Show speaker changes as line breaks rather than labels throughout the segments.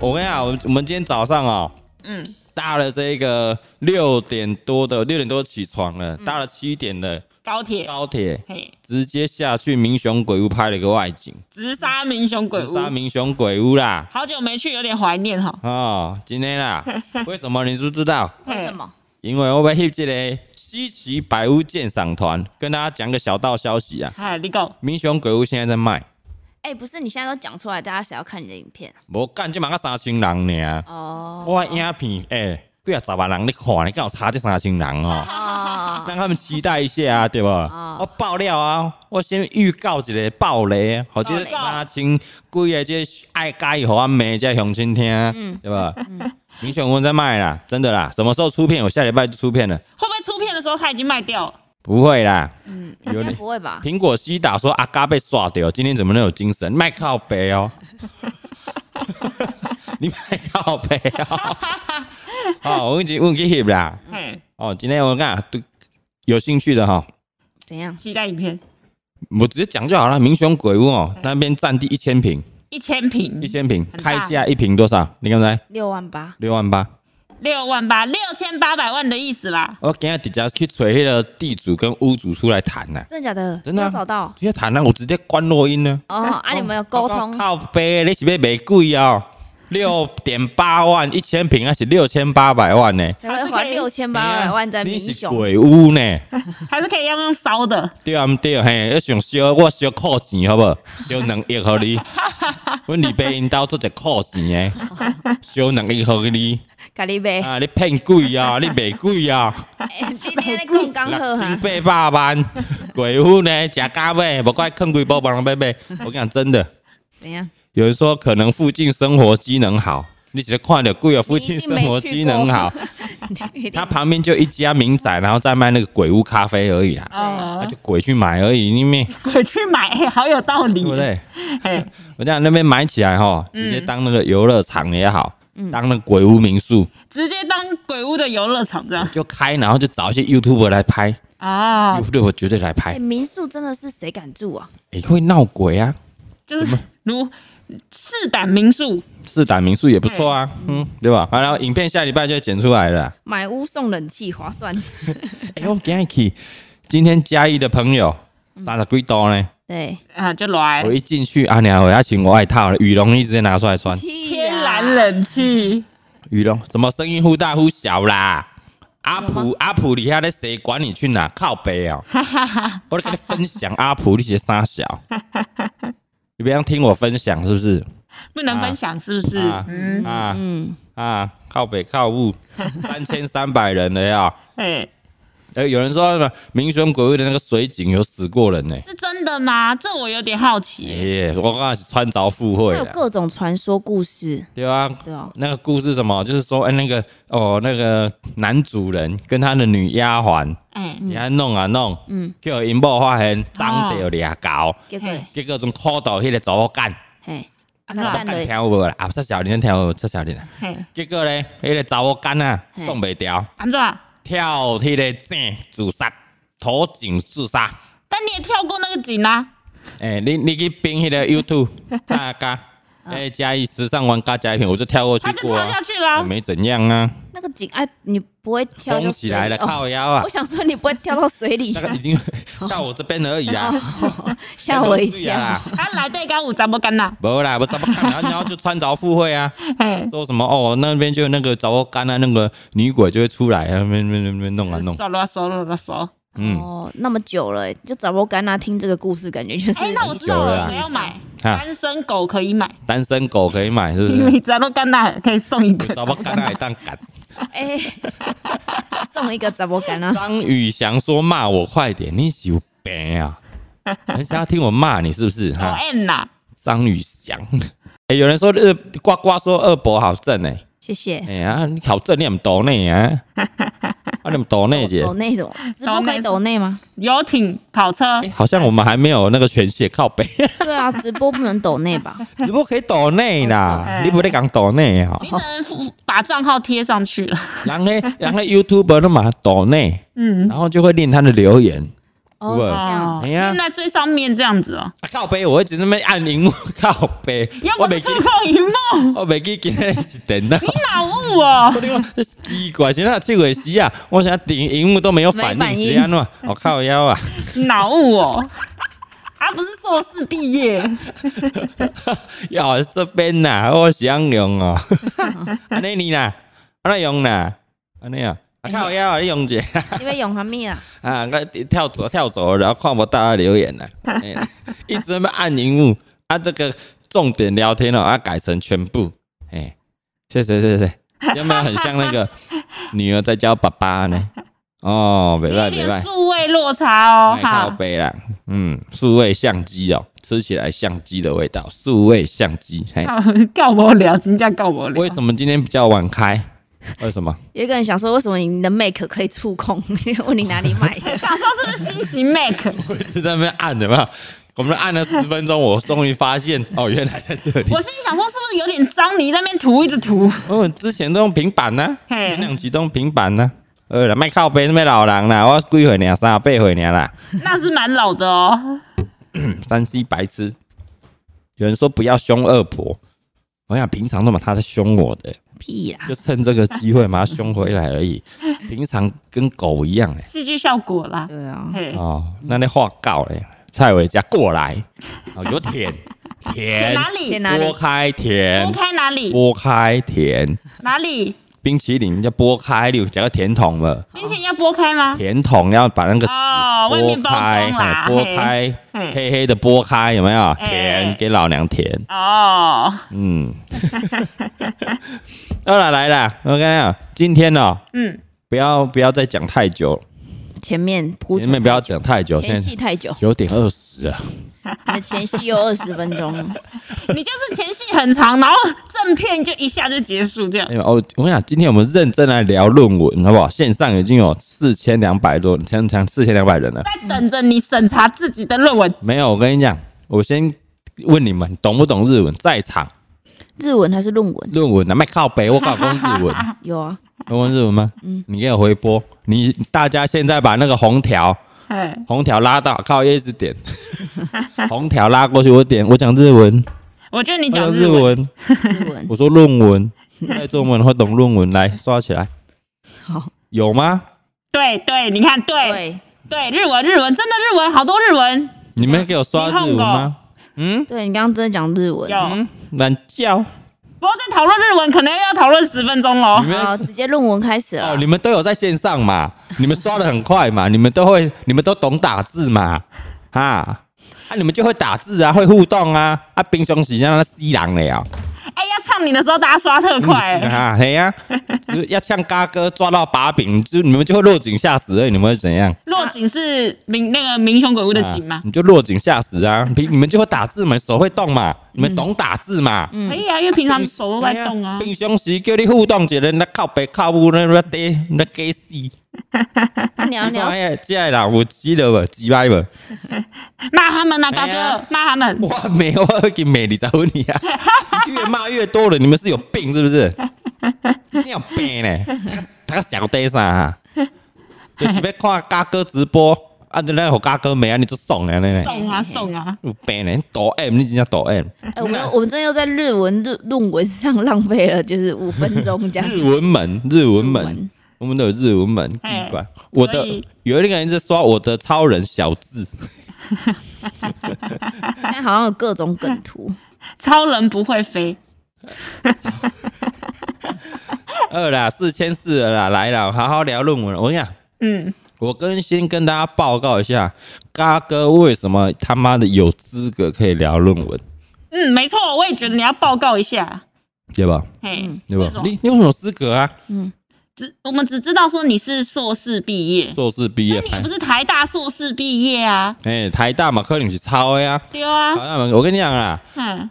我跟你讲，我我们今天早上哦，
嗯，
搭了这个六点多的，六点多起床了，
嗯
搭了七点的
高铁，
高铁，
嘿，
直接下去民雄鬼屋拍了个外景，
直杀民雄鬼
直
屋，
杀民雄鬼屋啦。
好久没去，有点怀念哈。
哦，今天 啦，为什么你知不知道？
为什么？
因为我们翕这个西奇百屋鉴赏团，跟大家讲个小道消息啊，
嗨，你讲，
民雄鬼屋现在在卖，
哎，不是，你现在都讲出来，大家谁要看你的影片啊？
无干这嘛个三千人呢，
哦，
我的影片诶，几啊十万人咧看，你敢有差这三千人哦？
啊，
让他们期待一下啊，对不？我爆料啊，我先预告一个爆雷，或者
爆雷
三千几个这爱加油啊妹这乡亲听，啊对吧？民雄文在卖啦，真的啦，什么时候出片？我下礼拜就出片了，
会不会出片的时候他已经卖掉了？
不会啦。
嗯，
有
应该
点
不会吧？
苹果西打说阿嘎被刷掉，今天怎么能有精神？卖靠北哦，你卖靠北哦。 哦，我已经问 g i 啦。
嘿，
哦，今天我跟你讲，对有兴趣的哈、
怎样？
期待影片，
我直接讲就好了。民雄鬼屋哦，
嗯
那边占地一千平，
一千平
一，千平，
大
开价一平多少？你刚才
六万八？
六万八。
六万八，六千八百万的意 思啦。
我今天直接去找那个地主跟屋主出来谈呐、
真的假的？
真的啊
有找到？
直接谈啊，我直接关录音呢。
哦，啊，你们有沟通？
靠背，你是要卖贵哦？六点八万一千平，啊还是六千八百万呢？
谁会花六千八百万在
哎你
民
是
雄？
鬼屋呢？
还是可以要用烧的，
对啊，唔对啊，嘿，要想烧我烧扣钱好不好？烧两亿互 你，阮李白因兜做者扣钱诶，烧两亿互你。
咖喱杯？
啊，你骗鬼啊，你卖鬼啊，
哎，今天在讲刚好
六
啊 哈
千。八百万，鬼屋呢，假咖买，无怪坑鬼包帮人买买。我跟你讲真的，
怎样？
有人说可能附近生活机能好，你只是看到贵啊，附近生活机能好，
你一定
它旁边就一家民宅，然后再卖那个鬼屋咖啡而已啦，
哦
那，就鬼去买而已，因为
鬼去买，嘿好有道理，
对不？对？
嘿，
我讲那边买起来哈，直接当那个游乐场也好，当那个鬼屋民宿
直接当鬼屋的游乐场这样
就开，然后就找一些 YouTube 来拍
啊，
，YouTube 绝对来拍
哎，，民宿真的是谁敢住啊？
诶，会闹鬼啊。
就是如赤胆民宿，
试胆民宿也不错啊，嗯，对吧？好然后影片下礼拜就会剪出来了啦。
买屋送冷气划算。
哎、我今天去，今天嘉义的朋友三十几度呢，
对，
啊，就来
我一进去，阿娘我要请我外套了，羽绒衣直接拿出来穿，
天然冷气，
羽绒什么声音忽大忽小啦。阿普阿普，你遐咧谁管你去哪靠北哦、我咧跟你分享阿普你些傻小，你不要听我分享是不是？
不能分享是不是？
哎啊
嗯，
啊
嗯，
啊，靠北靠物，三千三百人了呀、
哎，
哎、有人说什么民雄鬼屋的那个水井有死过人呢、
是真的吗？这我有点好奇耶。
耶、我刚刚是穿凿附会
还有
了，
各种传说故事，
对啊。
对哦。
那个故事什么？就是说，哎、那个哦，那个男主人跟他的女丫鬟，
哎，
你看弄啊弄，
嗯，
叫因某发现脏掉俩搞，
结果，
嘿
结果从靠到迄个查某干，
嘿，啊，
那
蛋
干
的，
听有无啦？啊，出小林，听有无？出小林啊！
嘿，
结果咧，迄、个查某干啊，
嘿
冻袂掉，
安怎？
跳迄个井自杀，投井自杀。
但你也跳过那个井啊？
哎、你你去编迄个 YouTube 大家，
啊
哎、加一时尚玩家加一瓶，我就跳过去
他就
过
跳
啊
下，去啦
也。没怎样啊，
那个井哎，你不会跳
封
就
起来了，
水里
靠腰啊
我，想说你哦不会跳到水里
那
啊哦
个，已经 到我这边而已啊啦，
吓我一
对啊
跳。
啦，
他来对刚五怎么干呐？
没啦，我怎么看？然后然后就穿凿附会啊，
嘿，
说什么哦那边就有那个凿干啊，那个女鬼就会出来，那边那边那边弄啊弄，
手啦手啦啦手。
嗯，
哦，那么久了，就找不干那听这个故事，感觉就是
哎，那我知道
很久了
了，
啊
谁要买？
哈，
单身狗可以买，
单身狗可以买是不
因
是？
为咱都干那可以送一个。
凿不干还当干？
哎，送一个找不干啊，
张宇翔说骂我快点，你是有病啊！人家听我骂你是不是？
我
哈，
M 啊呐，
张宇翔。哎、有人说日呱呱说二伯好正哎、
谢谢。
哎、呀、啊，你好正，你很抖内啊，啊你们抖内 姐
抖，内什么？直播可以抖内吗？
游艇、跑车
哎、，好像我们还没有那个全血靠背，
对啊，直播不能抖内吧？
只不过可以抖内啦，
嗯
你不得讲抖内啊？
你只能付把账号贴上去了。
然后然后 YouTube 都嘛抖内，
嗯，
然后就会念他的留言，有没有
是这样，
哦，
哎呀
印在最上面这样子哦，
啊靠背，我一直在那边按荧幕 靠背，
要
我
不
没
是
记，
触碰荧幕，
我没记今天是电脑。
你哪问我
我？听讲这是 奇怪，现在这鬼时啊，我想顶荧幕都没有反
没反
应，
应
是安怎？我靠腰啊！
你哪问我？
啊，不是硕士毕业，
要这边呐、我想用哦。 安尼你啦，安尼用啦，安尼啊，啊靠腰啊，你用者
因为永和蜜啊，
啊，我跳走跳走，然后看不到他留言了、哎一直在那边按荧幕，啊，这个重点聊天哦，啊，改成全部，哎、谢谢谢谢，有没有很像那个女儿在教爸爸呢？哦，没办法没办
有点
法，哎
数位落差哦，
太靠
哈，
背啦，嗯，数位相机哦，吃起来相机的味道，数位相机，嘿。
告不了，真叫告不了
为。什么今天比较晚开？为什么？
有一个人想说，为什么你的 make 可以触控？问你哪里买的？
小时候是不是新型 Mac？
我一直在那边按，有没有？我们按了十分钟，我终于发现哦，原来在这里。
我心里想说，是不是有点脏？你在那边涂一直涂，
我们哦之前都用平板呢、啊，前
嘿，
两集都用平板呢、啊。呃啦，卖靠背什么老人啦，我几岁尔，三十八岁尔啦，
那是蛮老的哦。
三 C 白痴。有人说不要凶恶婆，我想平常都把他在凶我的，
屁啦！
就趁这个机会把他凶回来而已。平常跟狗一样哎、
戏剧效果啦。
对啊，
嘿，
哦，那那话告嘞，蔡伟家过来，哦，有舔舔，
哪
在
里？
哪
拨
里？
开
拨
甜，
开哪里？
拨开甜，
哪里？
冰淇淋要拨开，你有讲个甜筒了，
冰淇淋要拨开吗？
甜筒要把那个
哦，外
拨
面包
开，
装啦
哎，拨开，
嘿。嘿
黑黑的拨开，有没有？
哎
甜，给老娘甜，
哦，
嗯，好了，来啦，我跟你讲，今天哦，
嗯，
不要不要再讲太久，
前面铺
你们不要讲太久，现
前
在
戏太久，
九点二十啊。
你的前戏有二十分钟了，
你就是前戏很长，然后正片就一下就结束这样
哎。呦哦，我跟你讲，今天我们认真来聊论文，好不好？线上已经有四千两百多，将将四千两百人了。啊
在等着你审查自己的论文，
没有，我跟你讲，我先问你们懂不懂日文？在场
日文还是论文？
论文啊，卖靠北，我搞公日 文，
有啊，
能问日文吗？嗯，你给我回拨。你大家现在把那个红条，
哎，
红条拉到靠叶子点， 红条拉过去，我点，我讲日文，
我觉得你
我
讲
哦日
日文，
文，
日文
我说论文，在中文会懂论文，来刷起来，
好，
有吗？
对对，你看对
对
对，日文日文真的日文好多日文，
你们给我刷日文吗？嗯。
对，你刚刚真的讲日文，
有
嗯，懒觉
不过在讨论日文，可能要讨论十分钟喽
你。们
好，直接论文开始
哦，
了。
你们都有在线上嘛？你们刷的很快嘛？你们都会，你们都懂打字嘛？哈，啊，你们就会打字啊，会互动啊，啊，冰熊时间让他吸狼了呀，
哎，要唱你的时候，大家刷特
嗯
快，
啊，嘿呀、只要像嘎哥抓到把柄，就你们就会落井下石而已，你们会怎样？
落井是明那个明雄鬼屋的井
啊
吗？
你就落井下石啊， 你你们就会打字嘛，手会动嘛，你们懂打字嘛？哎
嗯
可以啊，因嗯为平常手都在动啊。
平常时叫你互动一下，那靠北靠母，那那得那给死。
那啊你要
你
你要
看那这人有鸡了无？鸡歹无？
骂他们呐，啊
哎
大
呀
哥，骂他们。
我没有，我给美丽找你 啊！越骂越多了，你们是有病是不是？你有病嘞！他个小呆啥、啊？就是要看嘎哥直播，啊，就那互嘎哥骂啊，你就爽啊嘞！
送啊送啊！
有病嘞！你抖 M，你真正抖 M。
哎，我们我们真的又在日文论论文上浪费了，就是五分钟这样。
日文 门，日文
日
门
文，
我们都有日文门
哎
地管。我的
所以
有一个人在刷我的超人小智，
现在好像有各种梗图，
超人不会飞，
二啦，四千四了啦，来啦，好好聊论文了。我跟你讲。
嗯，
我跟先跟大家报告一下，嘎哥为什么他妈的有资格可以聊论文，
嗯，没错，我也觉得你要报告一下。
对吧？
嘿，
对
为
吧
什？么
你你有什么资格啊？
只我们只知道说你是硕士毕业，
硕士毕
那
业
你也
拍
不，是台大硕士毕业啊？
哎、台大嘛，科林是超的啊。
对
好，
啊，
那么我跟你讲啊，
嗯，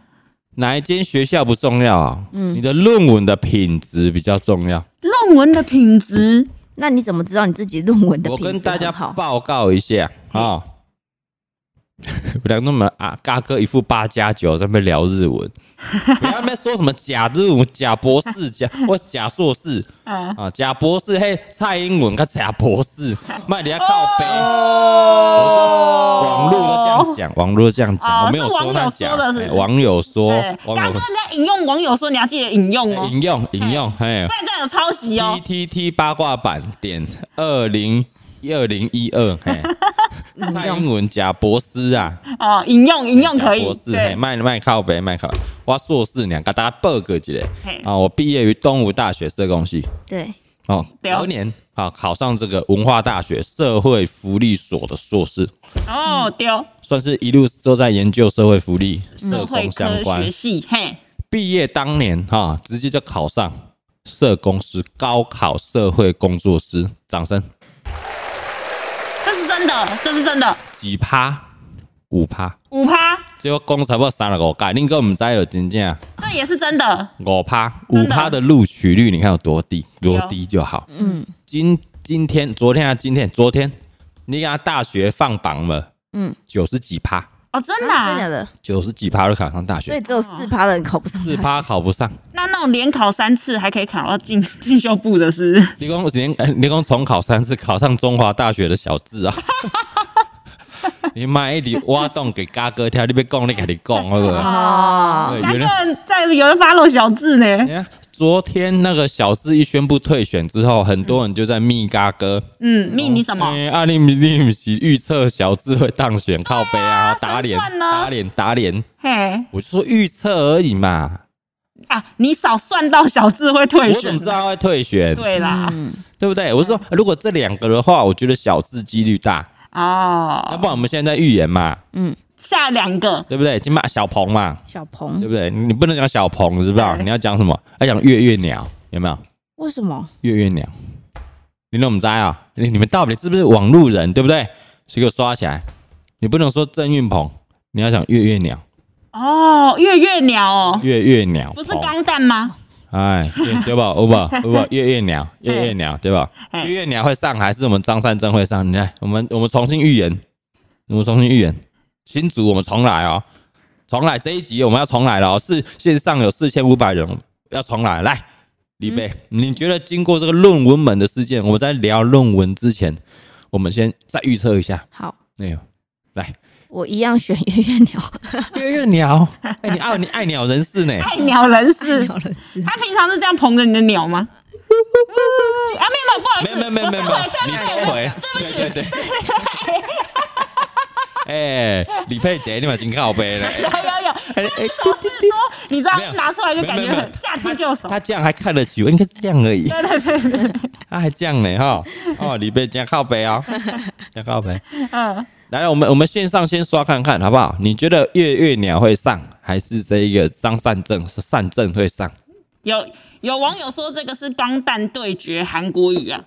哪一间学校不重要啊？
嗯
你的论文的品质比较重要。
论文的品质，
那你怎么知道你自己论文的
我
品质
跟大家
很好？
报告一下啊、两个那么啊，嘎哥一副八加九在那边聊日文，不要在那边说什么假日文、假博士、假或假硕士
嗯，
啊，假博士嘿，蔡英文跟假博士，卖你要靠背，哦网络都这样讲，网络都这样讲，
哦
我没有
是网
说
友
他
说
讲
的，是
哎
不是
网友说
对，，刚
网
刚
友
人家引用网友说，你要记得引用
哎
哦，
引用引用，嘿
不然这样有抄袭哦
T。T T 八卦版点二零二零一二，嘿，蔡英文假博士啊。
哦，引用引用可以
贾博，士，嘿
对，
卖卖靠北卖靠，我硕士两个大家报告一下
嘿
啊，我毕业于东吴大学社工系
对，
哦，
对哦
隔年啊考上这个文化大学社会福利所的硕士，
哦丢
算是一路都在研究社会福利、社
社嗯会
工相
科
关
学。系，嘿，
毕业当年哈、直接就考上社工师高考社会工作师，掌声
这是真的，这是真的，
几趴？五趴，
五趴，
结果讲差不多三十五届，恁哥唔知道就真正。
这也是真的，啊
五趴五
真的
趴的录取率，你看有多低，多低就好。
嗯
今今天、昨天啊，今天、昨天，你看大学放榜了，
嗯，
九十几趴，
哦真的
啊真的假
啊，
的，
九十几趴都考上大
所以
学，
只有四趴的人考不上
啊四
大学，
趴考不上。
那那种连考三次还可以考到进进修部的是不是，
你讲 连呃你讲重考三次，考上中华大学的小智啊！ 你妈一直挖洞给嘎哥跳，你别讲，你给你讲，好不 好？
哦，
对
他
原来
们在有人 follow 小智呢
你，看，哎昨天那个小智一宣布退选之后，很多人就在密嘎哥。
嗯，命你什么？
哎啊，你不你不是预测小智会当选靠背啊，
谁
打脸
算呢
打脸打脸，
嘿
我就说预测而已嘛，
啊，你少算到小智会退选，啊
我怎么知道？他会退选？
对
啊
啦，
嗯，
对不对？我是说，如果这两个的话，我觉得小智几率大，要
哦，
不然我们现在在预言嘛，
下两个
对不对？金马小鹏嘛，
小
对
鹏，
不对？你你不能讲小鹏，是不是？
对
你要讲什么？要讲月月鸟，有没有？
为什么？
月月鸟，你怎么知啊？你你们到底是不是网路人，对不对？谁给我刷起来？你不能说郑运鹏，你要讲月月鸟。
哦，月月鸟哦，
月月鸟，
不是钢蛋吗？
哎，对对吧？欧吧，欧吧，月月鸟，
嗯
月月鸟，对吧？
嗯
月月鸟会上，还是我们张善政会上？你看，我们我们重新预言，我们重新预言，新竹我们重来哦，重来这一集我们要重来了哦，是线上有四千五百人，要重来。来，李贝，你觉得经过这个论文门的事件，我们在聊论文之前，我们先再预测一下，
好，
哎呦，来，
我一样选月月鸟，
月月鸟，哎，你爱你爱鸟人士呢？
爱鸟人士，
鸟人吃，
他平常是这样捧着你的鸟吗？啊，没有没有，不好意思，
没有没有没有没有
我是我，
你收回，对对 对。哎，李佩姐，你嘛真靠背嘞！
有有有，
哎哎，
手势多，你知道
没有
一拿出来就
没有
感
没有
觉
没有
很驾轻就熟。
他这样还看得起我，应该是这样而已。
对对对对，对
他还这样呢哈，哦，李佩真靠背哦，真靠背。
嗯，
来，我们我们线上先刷看看好不好？你觉得月月鸟会上，还是这一个张善政是善政会上？
有有网友说这个是钢蛋对决韩国语啊，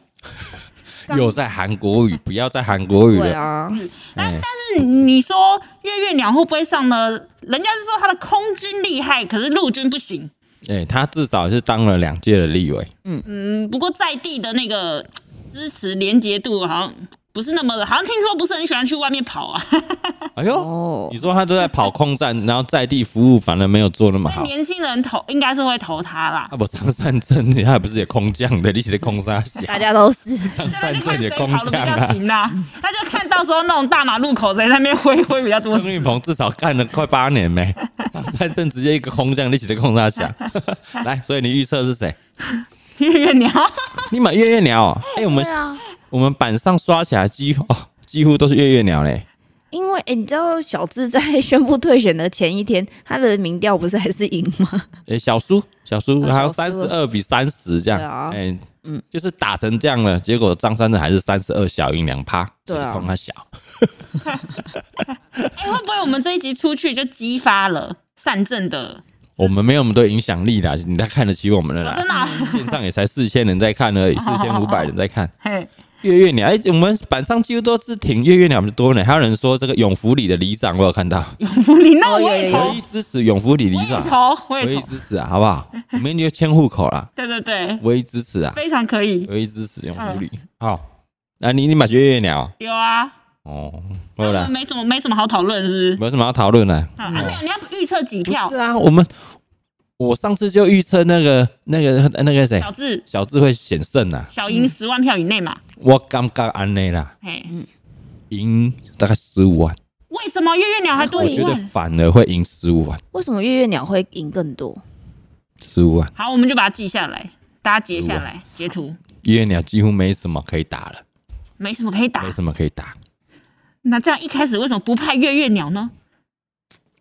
刚
又在韩国语，不要在韩国语
对
了。
啊，
但
哎
但是嗯你说月月鸟会不会上呢？人家是说他的空军厉害，可是陆军不行。
哎，他至少是当了两届的立委。
嗯，不过在地的那个支持连结度好像不是那么的，好像听说不是很喜欢去外面跑啊。
哎呦，
哦
你，说他都在跑空战，然后在地服务反而没有做那么
所
好
以。 年轻人投应该是会投他啦。
啊，不，张善政他也不是也空降的，你是在空杀 小，
大家都是，
张
现在
善
就看
政也
谁
空
跑的比
降
较
啊。
勤啦、他就看到时候那种大马路口谁在那边挥挥比 较多
郑。运鹏至少干了快八年没，张善政直接一个空降，你起在空杀小。 来，所以你预测是谁？
月月鸟，
你买月月鸟、哦？哎、我们、
对啊，
我们板上刷起来几乎哦，几乎都是月月鸟嘞。
因为哎、诶你知道小智在 宣布退选的前一天，他的民调不是还是赢吗？
哎、小苏，小苏，
啊
还有
小
三十
苏
二比三十这样
对，啊
哎、嗯
嗯，
就是打成这样了，结果张三的还是三十二小赢两趴，
对
这
啊
个冲他小。
哎、会不会我们这一集出去就激发了善政的？
我们没有那么多影响力啦，你太看得起我们了
哦、真
啦。
的啊、
线上也才四千人在看而已，四千五百人在看。
嘿，
月月鸟，哎、我们板上几乎都是挺月月鸟的多呢。还有人说这个永福里的里长，我有看到，
福利那我也
有
投，
唯一支持永福里里
我也
长，
投，我
唯
也
一
投。
支持啊，好不好？我们就迁户口啦，
对对对，
唯一支持啊，
非常可以。
啊唯一支持永福里。好，那、你你买月月鸟，
有啊，
哦，
我
好
们
啦，
没怎么没什么好讨论，是不是？
没有什么好讨论的。
啊，没有，你要预测几
不
票
是？啊，我们我上次就预测那个那个那个谁
小智
小智会险胜啊，
小赢十万票以内嘛？
我感觉安内啦，
嘿，
赢大概十五万，
为什么月月鸟还多
我
一
觉得
万？
反而会赢十五万，
为什么月月鸟会赢更多？
十五万，
好，我们就把它记下来，大家截下来，截图，
月鸟啊几乎没什么可以打了，
没什么可以打
没。什么可以打。
那这样一开始为什么不派月月鸟呢？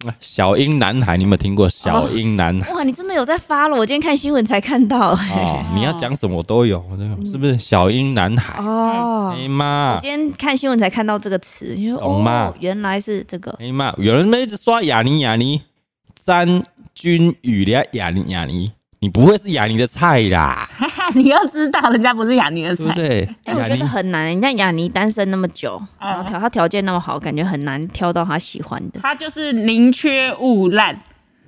啊小鹰男孩，你有没有听过小鹰男孩？
哇，你真的有在发了？我今天看新闻才看 到。
哦，你要讲什么我都有，是不是？小鹰男孩，
嗯哦，
哎
我
妈，
今天看新闻才看到这个词，你说
懂吗
哦，原来是这个。
哎妈，有人一直刷雅尼雅尼，詹君宇的雅尼雅尼，你不会是雅尼的菜 啦，
哈哈，你要知道，人家不是雅尼的
对不
菜。
对？
哎，我
雅啊
觉得
尼
很难。你看雅尼单身那么久，
嗯
然后条他条件那么好，感觉很难挑到他喜欢的。
他就是宁缺毋滥，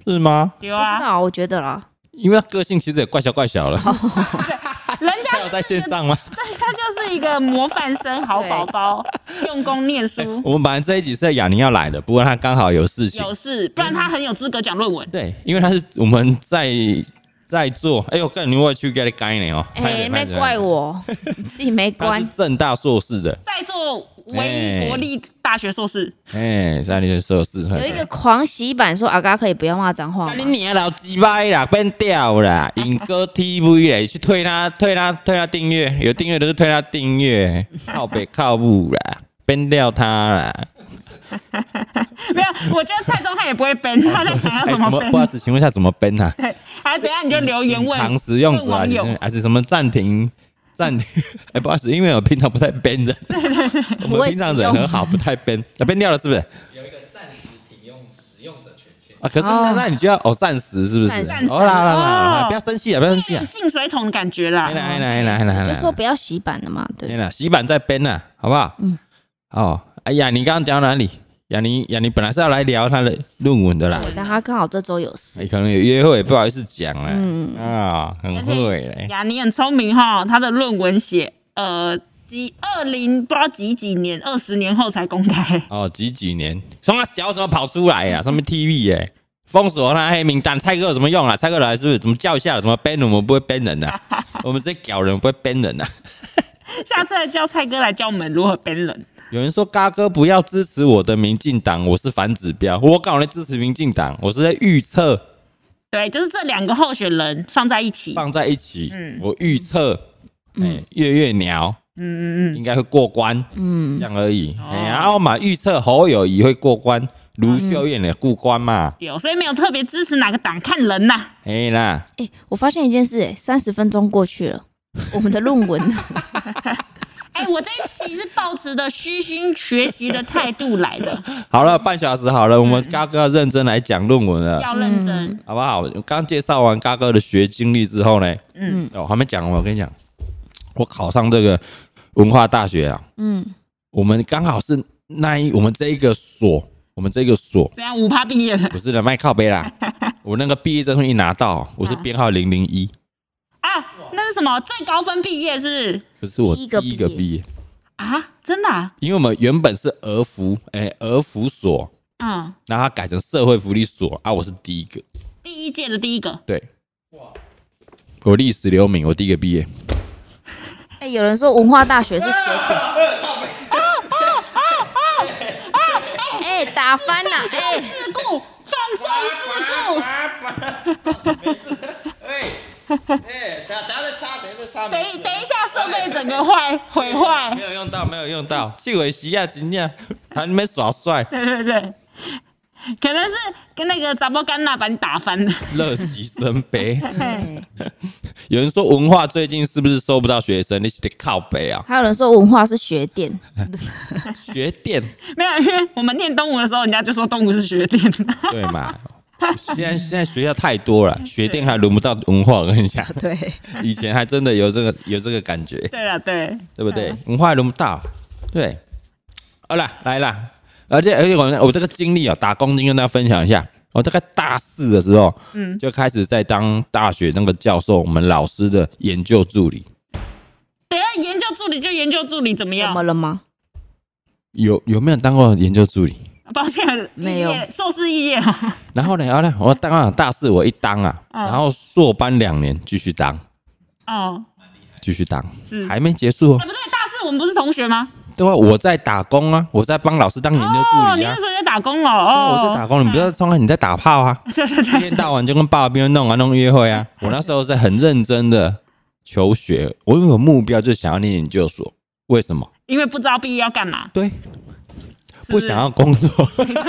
是吗？
对
不知
啊，
道，我觉得啦，
因为他个性其实也怪小怪小了，
哦
人
他
家
有在线 上吗？
他就是一个模范生好宝宝，用功念书，
哎我们本来这一集是在雅尼要来的，不过他刚好有事情。
有事，不然他很有资格讲论文。
对，因为他是我们在在做，哎呦，干你我去给你干你哦，拍
哎，
着
没怪，我，自己没
拍着他是
关。
正大硕士的，
在座唯一国立大学硕士，
哎，在你的硕士，
有一个狂洗版说阿嘎可以不要骂脏话
干你
吗？
娘老鸡掰啦，变掉啦，影哥 TV 嘞，去推他推他推他订阅，有订阅都是推他订阅，靠北靠步啦，变掉他啦，
没有，我觉得蔡宗翰也不会 ban，他在想要
哎，
怎
怎
么
么不
ban，、
好意思，请问一下怎么编啊？
对，还等一下你就留言问
常识用
问
词啊，
网
就
友
是还是什么暂 停暂停？ 哎、不好意思，因为我平常不太编人，我
不会
们平常
使
人
用
很好，不太编，啊，编掉了是不是？有一个暂时停用使用者权限啊，可是那、
哦
那你就要哦，暂时是不是？
暂时嗯
哦啦啦啦
哦
啦，不要生气啊，不要生气啊！哎
进水桶的感觉啦
来。来来来来
就
来
说
来，
不要洗版了嘛，对。
来啦，洗板再编啦，好不好？嗯。哦，哎呀，你刚刚讲到哪里？雅尼，雅尼本来是要来聊他的论文的啦，
对，但他刚好这周有事，
哎可能有约会，不好意思讲啦。
嗯
啊，很会嘞。
呀，你很聪明哈，他的论文写呃几二零不知道几几年，二十年后才公开。
哦，几几年？从他小时候跑出来呀、上面 TV 哎、封锁他黑名单，蔡哥有什么用啊？蔡哥来是不是？怎么叫一下？怎么 ban 我们不会 ban 人啊？我们这些屌人不会 ban 人啊？
下次来叫蔡哥来教我们如何 ban 人。
有人说嘎哥不要支持我的民进党，我是反指标，我搞来支持民进党，我是在预测
对，就是这两个候选人放在一起。
放在一起，
嗯
我预测，哎、月月鸟
嗯嗯嗯，
应该会过关，
嗯
这，样而已。
哦
哎、呀，然后嘛，预测侯友谊会过关，卢秀燕也过关嘛，
有，所以没有特别支持哪个党，看人呐、
哎、啦。
哎、我发现一件事、哎，三十分钟过去了，我们的论文呢
哎、我这一集是抱持的虚心学习的态度来 的，
好了，半小时好了，我们嘎哥要认真来讲论文了，
嗯
要认真。
好不好？我刚介绍完嘎哥的学经历之后呢，嗯，
嗯
我、还没讲完，我跟你讲，我考上这个文化大学啊，
嗯，
我们刚好是那一我们这一个所，我们这个所
怎样？五趴毕业了
不是的卖靠背 啦，我那个毕业证书一拿到，我是编号零零一，
啊？那是什么？最高分毕业是不是
不是我
第
第
一个毕
一
业
个毕业，
啊？真的、啊？
因为我们原本是儿福，哎、儿福所，
嗯，
然后它改成社会福利所啊，我是第一个，
第一届的第一个，
对，我历史留名，我第一个毕业。
哎、有人说文化大学是学的，哎、打翻了、哎、
事故放送事故。
哎，打打了差，等一下差，
等一等一下，设备整个坏毁坏
没。有用到，没有用到，去维西亚啊今天还没耍帅，
对对对，可能是跟那个杂波干娜把你打翻了。
乐极生悲。
哎
有人说文化最近是不是收不到学生？你是得靠北啊，
还有人说文化是学店，
学电
没有，因为我们念东吴的时候，人家就说东吴是学店。
对嘛？现在现在学校太多了，学电还轮不到文化。我跟你讲，
对，
以前还真的有这个有这个感觉。
对了，对，
对不
嗯
对？文化轮不到，对。好啦，来啦，而且而且我我这个经历哦，打工经跟大家分享一下。我大概大四的时候，嗯，就开始在当大学那个教授，我们老师的研究助理。
等一下研究助理就研究助理怎么
怎
样
么？了吗？
有有没有当过研究助理？
抱歉，
没有
异业硕士毕业 哦，
然后呢，然后呢，我当啊大四我一当啊，
嗯
然后硕班两年继续当，
哦，
继续当，
是，
还没结束哦
哎，。不对，大四我们不是同学吗？
对啊，我在打工啊，我在帮老师当研究
哦，
助
你
理
那
啊
时。候在打工
对
了哦
啊，我在打工，你不要冲啊，你在打炮啊，
对对
一
对，
天到晚就跟爸爸边弄啊弄约会 啊。我那时候是很认真的求学，我有个目标就是想要念研究所，为什么？
因为不知道毕业要干嘛，
对，
是
不
是
想要工作。
没错，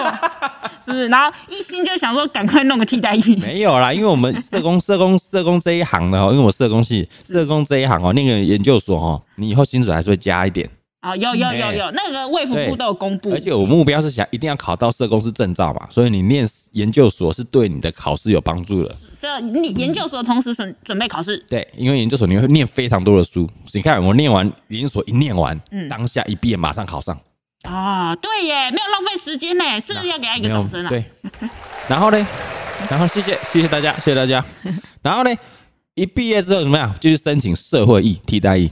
是不是？然后一心就想说赶快弄个替代役，
没有啦，因为我们社工、社工、社工这一行的哦，因为我社工系、社工这一行哦，那个研究所哦，你以后薪水还是会加一点。
哦，有有
哎
有有，那个卫福部
对
都有公布
而，且我目标是想一定要考到社工师证照嘛，所以你念研究所是对你的考试有帮助的。
这你研究所同时准准备考试，
对，因为研究所你会念非常多的书，你看我念完研究所一念完，
嗯
当下一毕业马上考上，
哦，对耶，没有浪费时间呢，是不是要给他一个
没有
掌声啊？
对，然后呢，然后谢谢谢谢大家，谢谢 大家。然后呢，一毕业之后怎么样？就去申请社会役替代役。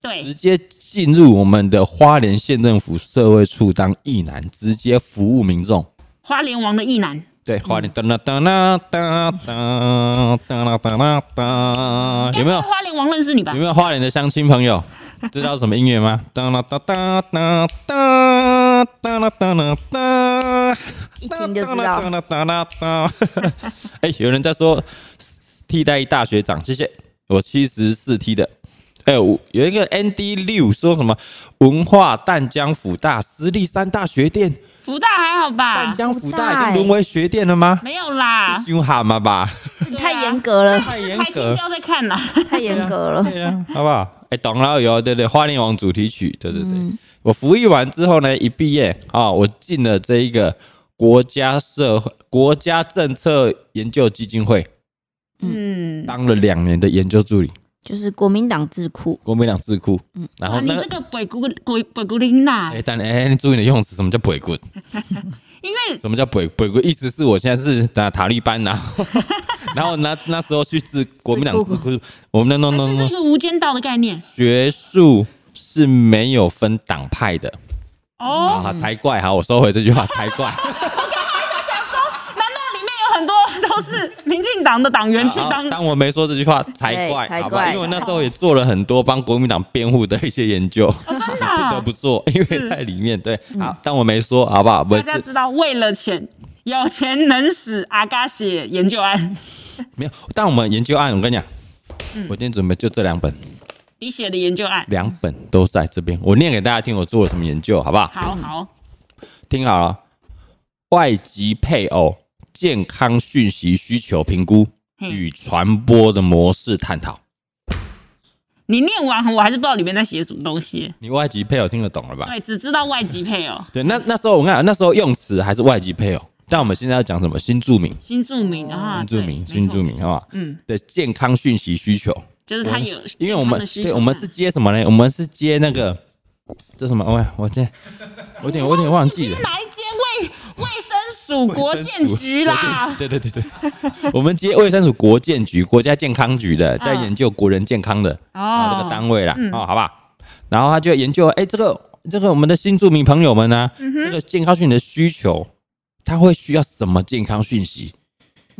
直
对，
接进入我们的花莲县政府社会处当义男，直接服务民众。
花莲王的意男，
对，花
嗯
莲哒啦哒啦哒哒哒啦哒啦哒，有没有
该不会花莲王认识你 吧
有？没有花莲的乡亲朋友知道什么音乐吗？哒啦哒哒哒哒哒啦哒啦哒，
一听就 知
哒
道
啦哒啦哒。哎，有人在说替代大学长，谢谢，我七十四 T 的。哎、我有一个 ND 六说什么文化淡江辅大私立三大学店，
福大还啊好
淡
吧？
江辅大
福大
已经沦为学店了吗？
没有啦，
凶悍嘛吧，
你太严格了，
啊太严
开
格
青。椒 在看啦。
太严格了。
对啊，好不好？哎、懂了有，对对，花莲王主题曲，对对对。我服役完之后呢，一毕业啊、我进了这一个国家社会国家政策研究基金会，
嗯，
当了两年的研究助理，
就是国民党智库，
国民党智库。嗯，然后
啊你
那
这个鬼谷鬼鬼谷琳娜
哎、，但哎、你注意你的用词，什么叫鬼棍？
因为
什么叫鬼鬼棍？意思是我现在是打塔利 班呐、啊然后那那时候去治国民党智库，我们那那那
这是一
那
个无间道的概念
学术是没有分党派的。
哦。
啊，才怪！好，我收回这句话，才 怪。
难道里面有很多 都是民进党的党员去
好
当？
啊当我没说这句话，才怪，
对才
好吧
怪
因为那时
哦
候也做了很多帮国民党辩护的一些研 究，
真的
不得
啊，
不做，因为在里面。对，好，当我没说，好不好？不
嗯大
是
家知道为了钱，有钱能使阿嘎写研究案，
没有，但我们研究案，我跟你讲，
嗯
我今天准备就这两本，
你写的研究案，
两本都在这边，我念给大家听，我做了什么研究，好不好？
好好
听好了，外籍配偶健康讯息需求评估
嘿
与传播的模式探讨。
你念完我还是不知道里面在写什么东西。
你外籍配偶听得懂了吧？
对，只知道外籍配 偶、
对，那那时候我跟你讲，那时候用词还是外籍配偶，但我们现在要讲什么新住民、
新住民
哦
啊，
新住民、
对没
新
错
住民，好吧？
嗯，
的健康讯息需求，
就是他有健康的需求嘛，嗯
因为我们对我们是接什么呢？我们是接那个这什么？喂，我现在我有点我有点忘记了
是。哪一间卫卫生署国建局啦？
对对对对，我们接卫生署国建局、国家健康局的，在研究国人健康的
哦
啊这个单位啦，哦，好吧。然后他就研究，哎，这个这个我们的新住民朋友们呢，这个健康讯息的需求，他会需要什么健康讯息？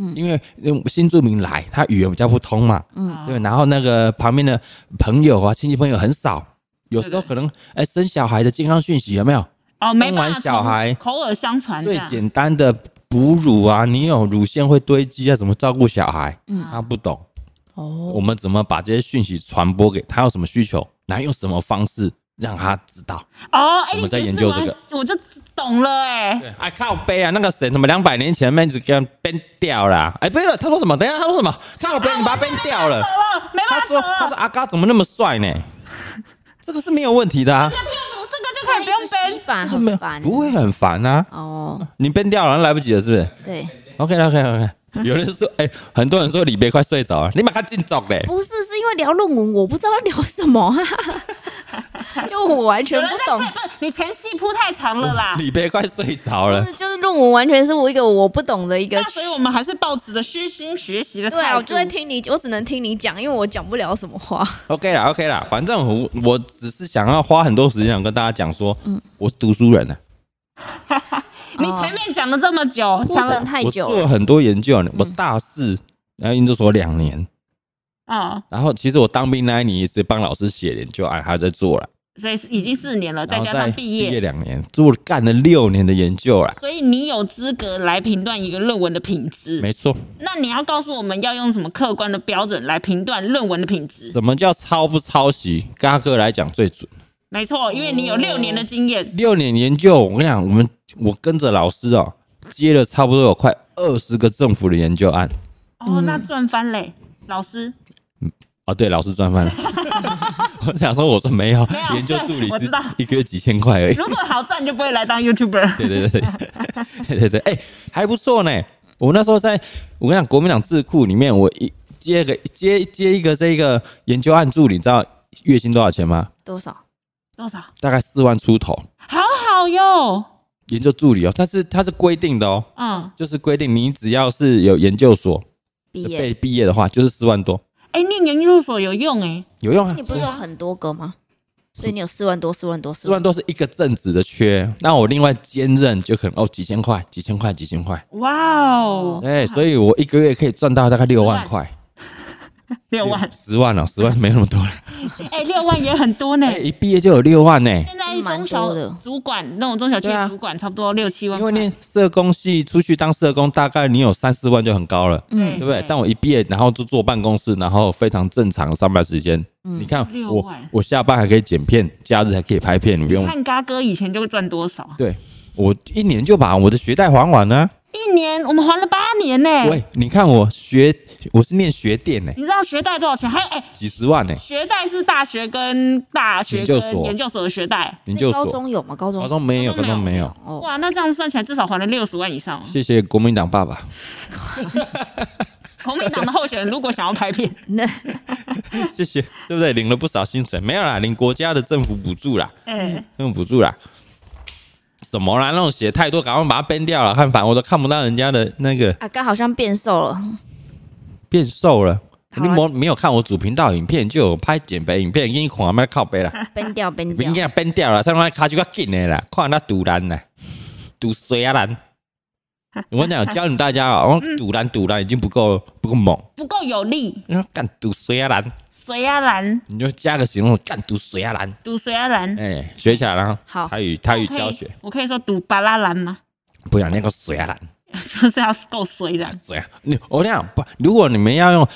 嗯
因为嗯新住民来，他语言比较不通嘛，
嗯
对，然后那个旁边的朋友啊、亲戚朋友很少，有时候可能哎生小孩的健康讯息有没有？
哦，没
生
办法，
完小孩
口耳相传这
最
样，
简单的哺乳啊，你有乳腺会堆积啊，怎么照顾小孩？
嗯
他不懂，
哦，
我们怎么把这些讯息传播给他？有什么需求，然后用什么方式让他知道？
哦，哎，
我
你
们在
解释
研究这个
完，我就懂了哎。
对，哎靠背啊，那个谁什么两百年前妹子给他编掉啦。哎，不对了，他说什么？等一下他说什么？靠背，你把他编掉了。
啊
哦，没
他
办法
说他说阿嘎怎么那么帅呢？这个是没有问题的、啊，
这个就哎可以不用背。
反，
他没有
很烦，
不会很烦啊。
哦，
你编掉了，那来不及了，是不是
对，
？OK OK OK。有人说，哎、很多人说李白快睡着了，你把他进走嘞。
不是是因为聊论文，我不知道要聊什么啊，就我完全
有
不
人在
懂
猜，不是你前戏铺太长了啦。
李贝快睡着
就
了
是。就是论文完全是我一个我不懂的一个
那。所以我们还是保持着虚心学习的态度。嗯
对啊，我就在听你，我只能听你讲，因为我讲不了什么话。
OK 啦，OK 啦，反正我我只是想要花很多时间想跟大家讲说，我是读书人啊呢、
你前面讲了这么久，
铺
讲
陈
了
太
我
久
做
了，
了很多研究啊呢。我大四然后研究所两年，
嗯，
然后其实我当兵那一年也是帮老师写研究案，还在做了，
所以已经四年了，
然
再
后
加
再
上毕业，
两年，做了干了六年的研究啦。
所以你有资格来评断一个论文的品质。
没错，
那你要告诉我们要用什么客观的标准来评断论文的品质？
什么叫抄不抄袭？嘎哥来讲最准。
没错，因为你有六年的经验，
六年研究，我跟你讲，我们我跟着老师哦，接了差不多有快二十个政府的研究案。
哦，那赚翻嘞，老师。
哦，对，老师赚翻了。我想说，我说没有，
有
研究助理
对我
是
知道
一个月几千块而已。
如果好赚，就不会来当 YouTuber。
哎对对对对对对对，哎、还不错呢。我那时候在，我跟你讲，国民党智库里面，我一接个接接一个这个研究案助理，你知道月薪多少钱吗？
多少？
多少？
大概四万出头。
好好哟。
研究助理哦，但是它是规定的哦，
嗯，
就是规定你只要是有研究所
毕业？
被毕业的话，就是四万多，
哎、念研究所有用哎、
有用啊
你。不是有很多个吗？所以你有四万多、四万多、四
四万
万
多是一个正职的缺，那我另外兼任就可能哦几千块、几千块、几千块，
哇哦，
哎、所以我一个月可以赚到大概六万块，哎
六万，
十万了、十万没那么多了，
哎、六万也很多呢、
哎、一毕业就有六万呢、
现在
蛮
中小
多的
主管那种中小企
对啊
业主管，差不多六七万
因
块。
为念社工系出去当社工，大概你有三四万就很高了，
嗯
对不对？但我一毕业，然后就坐办公室，然后非常正常的上班时间，
嗯
你看
六
我
万
我下班还可以剪片，假日还可以拍片，你 不用
看嘎哥以前就会赚多少？啊
对。我一年就把我的学贷还完啊呢、
一年我们还了八年呢、
喂，你看我学，我是念学电呢、
你知道学贷多少钱？还有哎、
几十万呢、
学贷是大学跟大学
研究
跟
所
研究所的学贷。
研究
高
所。
中有吗？高中
高中没有，
高
高
中
中没
没有
有。
哦，
哇，那这样算起来至少还了六十万 以上哦。
谢谢国民党爸爸，
国民党的候选人如果想要拍 片，
那
谢谢，对不对？领了不少薪水，没有啦，领国家的政府补助啦，
哎、
政府补助啦。什么啦？那种写太多，赶快把它编掉了。看反我都看不到人家的那个
阿啊刚好像变 瘦了，
变瘦了。
好
你
啊
没没有看我主频道影片，就有拍减肥影片，给你看卖靠背啦，
编掉编
不应
掉。
该编掉了，上面卡就较紧的啦，看那堵然啦，堵水啊然。我跟你讲，教你大家哦，堵然堵然已经不够不够猛，
不够有力。
你说干堵水啊然。
水啊兰，
你就加个形容，干读水啊兰，
赌水啊兰。
哎、学起来了。
好
台语台语
我可以
教学，，
我可以说赌巴拉兰吗？
不然那个水啊兰，
就是要够水的。
水啊，你我跟你讲不，如果你们要用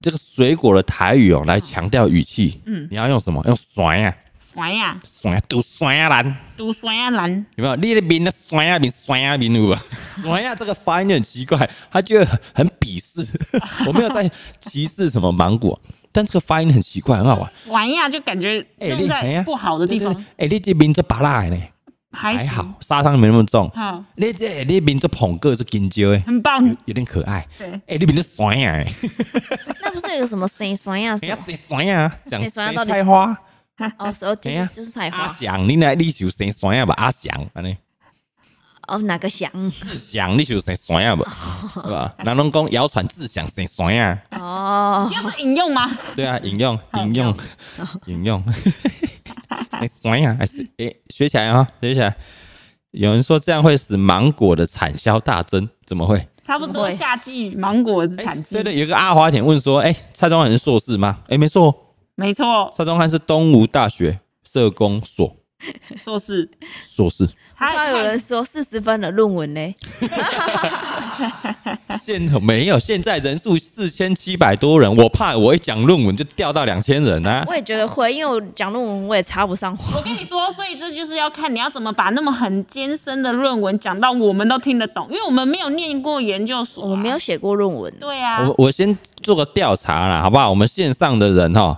这个水果的台语哦来强调语气，
嗯
你要用什么？用酸啊，
酸呀，
酸啊，读酸啊兰，
赌酸啊兰，
有没有？你的名的酸啊名酸啊名有啊，酸啊这个发音就很奇怪，他就很很鄙视， 我没有在歧视什么芒果，但这个发音很奇怪，很好玩。
酸呀就感觉
哎
用
你哎
在
呀
不好的
对对
地方哎嗯
对，哎、你这名这巴拉的呢，
还
还
行
好，杀伤力没那么重。
好，
你这哎你面这捧个是金蕉诶，
很棒。
有点可爱。
嗯对，
哎、你面这酸呀、欸，
那不是有个什么谁酸呀
哎
啊什
呀
么？
谁酸呀？讲
谁
谁
酸啊到底
菜花？
哦，所以就
哎呀
是就是菜
阿
花
翔，你来你就生酸呀吧？阿翔，安尼
哦，哪个 翔？
志祥你就生酸呀吧？对吧？人拢讲谣传志祥生酸啊呀，
哦，
要是引用吗？
对啊，引用引用 引用， 生酸呀还是哎、学起来啊、学起来。有人说这样会使芒果的产销大增，怎么会？
差不
怎么
多
会
夏季芒果的产季
哎对，对，有个阿华田问说，哎、蔡宗翰是硕士吗？哎、没错哦，
没错，
蔡宗翰是东吴大学社工所
硕 士。
硕士，
刚刚有人说四十分的论文呢，
现没有，现在人数四千七百多人，我怕我一讲论文就掉到两千人啊。
我也觉得会，因为我讲论文我也插不上话。
我跟你说，所以这就是要看你要怎么把那么很艰深的论文讲到我们都听得懂，因为我们没有念过研究所、啊
我们没有。写过论文，
对啊，
我我先做个调查啦，好不好？我们线上的人哈，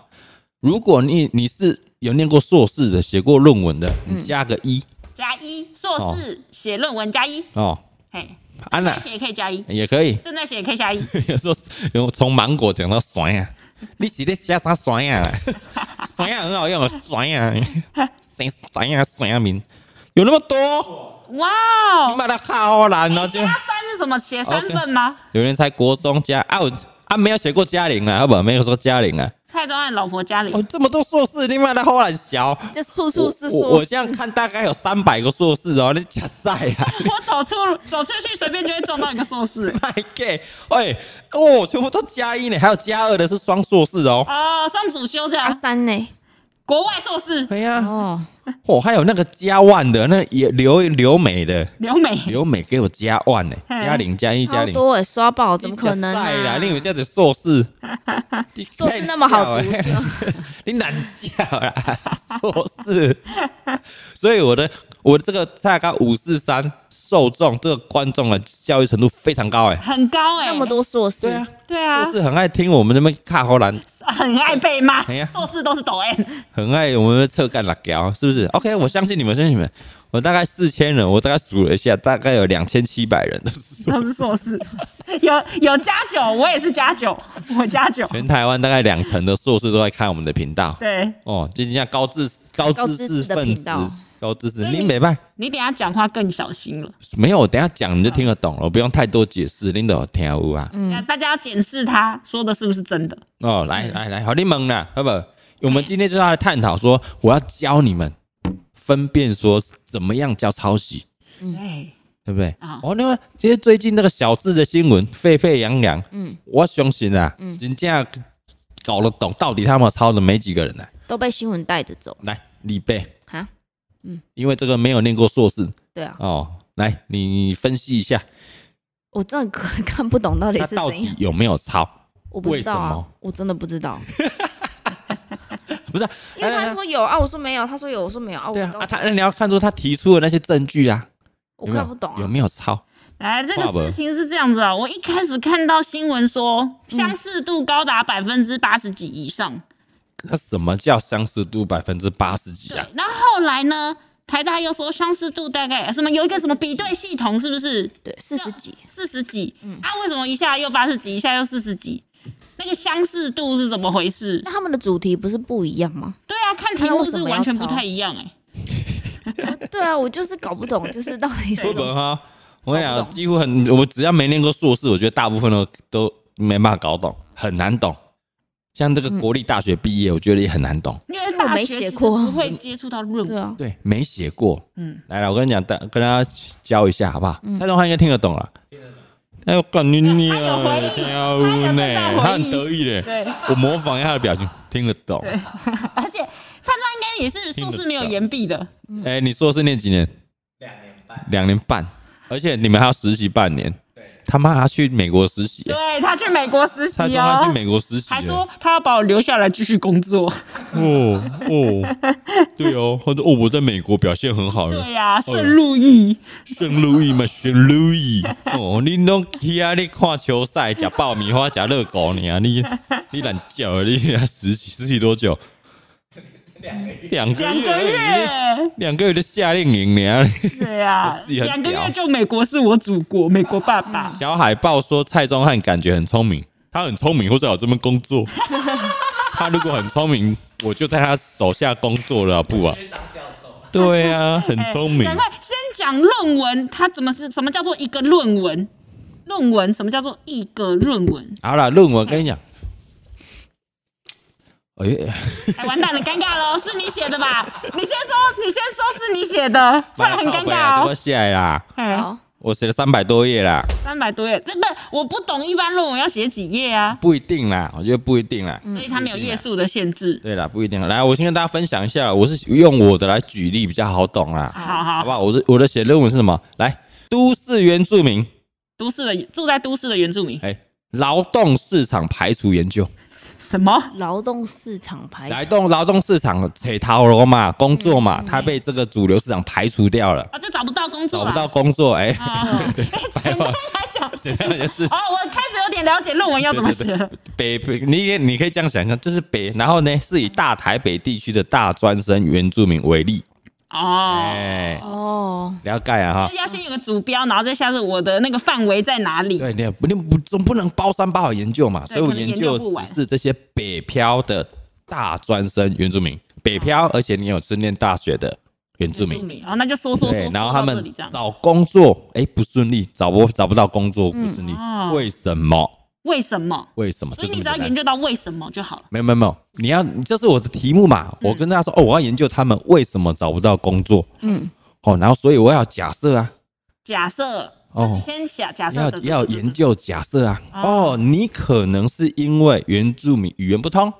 如果你你是有念过硕士的、写过论文的，你加个一、
加一硕士写论文加一，
哦。
嘿，
安
正在
娜
写也可以加一，
也可以，
正在写也可以加一，
有时候有从芒果讲到酸呀、你是咧写啥酸呀？酸呀很好用，酸呀，酸酸呀酸呀名有那么多？
哇哦
你！把它好难哦，这
加三是什么？写三份吗？
有人才国中加啊我啊没有写过嘉玲啊，啊不没有说嘉玲啊，
蔡宗翰老婆家里
哦这么多硕士，你把它好难小。
这处处
我
是
我
硕
我
士
这样看大概有三百个硕士哦，你假赛啊！
我走出走出去，随便就会撞到一个硕士。
卖 gay，喂，哦，全部都加一呢，还有加二的是双硕士哦。
哦，上主修这
阿
样，
三呢？
国外硕士
哎呀，
哦，
啊哦，还有那个加万的，那也留留美的，
留美，
留美给我加万 呢，
嘿
加零加一加
超
零，
多哎，刷爆怎么可能
你假赛啦？
啊？
你有这样子硕 士，你
硕士那么好读
太笑了，欸 你难教啦，硕士。所以我的我这个大概五四三受众这个观众的教育程度非常高哎。
很高哎、
那么，多硕士
对，啊，
对啊
硕，士很爱听我们这边卡喉兰
很爱被骂
哎呀，
硕士都是抖 M，
很爱我们的侧干辣椒，是不是？OK，我相信你们，相信你们。我大概四千人，我大概数了一下，大概有两千七百人，
他们是硕士，有有加九，我也是加九，我加九，
全台湾大概两成的硕士都在看我们的频道。
对
哦，就像高知高
高
知
知
识
识的
分
频
子
道，
高知识，
所以
你
你
没办法，
你等一下讲话更小心了，
没有，我等一下讲你就听得懂了，我不用太多解释，你都有听有啊。
嗯
那大家要检视他说的是不是真的，
哦，来来来，好，你们啦，好不好？我们今天就是要来探讨说，我要教你们分辨说怎么样叫抄袭。
嗯
对，
对不对？
啊
哦，那么其实最近那个小智的新闻沸沸扬扬，
嗯，
我相信啊，
嗯
真正搞得懂到底他们抄的没几个人呢、啊
都被新闻带着走
来，李贝，
哈，
因为这个没有念过硕士
对啊，
哦，来你分析一下，
我真的看看不懂到底
他
是啊
到
怎
底
样，
有没有抄？
我不知道
为什么
啊，我真的不知道，
不是啊、
因为
哎
他说有啊，我说没有，他说有，我说没有啊，我
对啊，
都
啊他那你要看出他提出的那些证据啊，
我
有没有
看不懂
有
啊，
没有抄？
来，哎这
爸爸
个事情是这样子啊，我一开始看到新闻说
嗯
相似度高达百分之八十几以上，
那什么叫相似度百分之八十几
对
啊？，
那后来呢？台大又说相似度大概什么有一个什么比对系统，是不是
对，四十几，
四十几？啊，为什么一下又八十几，一下又四十几？那个相似度是怎么回事？
那他们的主题不是不一样吗？
对啊，看题目是完全不太一样哎、
对啊，我就是搞 不懂，就是到底是
不
怎么
本哈，我跟你
搞
讲，
不懂
几乎很，我只要没念过硕士，我觉得大部分都都没办法搞懂，很难懂。像这个国立大学毕业，我觉得也很难懂。
因为
我
大
没
学其
写
实
过啊
不会接触到论
对
文。
啊，
对，没写过。
嗯，
来了，我跟你讲，大跟大家教一下好不好？蔡宗翰应该听得懂了。哎呦，干你啊你
他有回应
跳
他有
舞
在
呢，
回
他很
应
得意嘞。
对，
我模仿一下他的表情，听得懂。
而且蔡庄应该也是硕士没有延毕的，
哎、你硕士念几年？两年半。两年半，而且你们还要实习半年。对，他妈他去美国实习、
对他去美国实习
蔡宗
哦
翰去，美国实习、
还
欸，
说他要把我留下来继续工作。
哦哦，对哦，他说哦，我在美国表现很好，
对呀、圣路易，
圣路易嘛，圣路易，哦，你拢去啊，你看球赛，吃爆米花，吃热狗，你啊，你你懒觉啊，你啊实习实习多久？哦两个
两
月，
个月，
两个月的夏令营，你啊，
对呀、
我自己很
两个
屌
月就美国是我祖国，美国 爸爸。
小海豹说蔡宗翰感觉很聪明，他很聪明，会在我这边工作。 他如果很聪明，我就在他手下工作了，好不啊？对啊，很
哎
聪明
赶。快先讲论文，它怎么是什么叫做一个论文？论文什么叫做一个论文？
好了，论文跟你讲，哎呀，
哎，完蛋了， 尴尬喽，是你写的吧？你先说，你先说是你写的，不然很尴尬
我
哦。
写啦，
哎，
好，
我写了三百多页啦，
三百多页，不不，我不懂一般论文要写几页啊，
不一定啦，我觉得不一定啦。
所以它没有页数的限制。
对啦，嗯不一定啦。来，我先跟大家分享一下，我是用我的来举例比较好懂啦，
好
啊好
好
不，好？我是我的写论文是什么？来，都市原住民，
都市的住在都市的原住民，
哎，劳动市场排除研究，
什么？啊
劳动市场排
来动劳动市场扯逃了嘛，工作嘛，他被这个主流市场排除掉了，
啊，就找不到工
找
作啊
不到工作，哎，
啊，
对，白 话
他讲
简单也是
哦，我开始有点了解论文要怎么写了。
北北，你也你可以这样想象，就是北，然后呢是以大台北地区的大专生原住民为例，
哦，
哎，
哦，
了解啊哈
就是。要先有个主标，然后再下次我的那个范围在哪里？
对，你也不你不总不能包山包海研究嘛，
对
所以我
可能
研
研
究
究不完
只是这些北漂的大专生原住民，北漂，
哦
而且你有是念大学的原住民，
然后哦那就说说说
对
说，
然后他
说到这
们
里这样，
找工作，哎，不顺利，找不找不到工作不顺利
哦，
为什么？
为什么？
为什么？
所
就
以
这
你
么
只要
简
研
单。
究到为什么就好了。
没有没有没有，你要这是我的题目嘛？
嗯
我跟大家说哦，我要研究他们为什么找不到工作
嗯，
哦，然后所以我要假设啊，
假设
哦
自己先假假设
要
的
要研究假设啊，
哦
哦，你可能是因为原住民语言不通，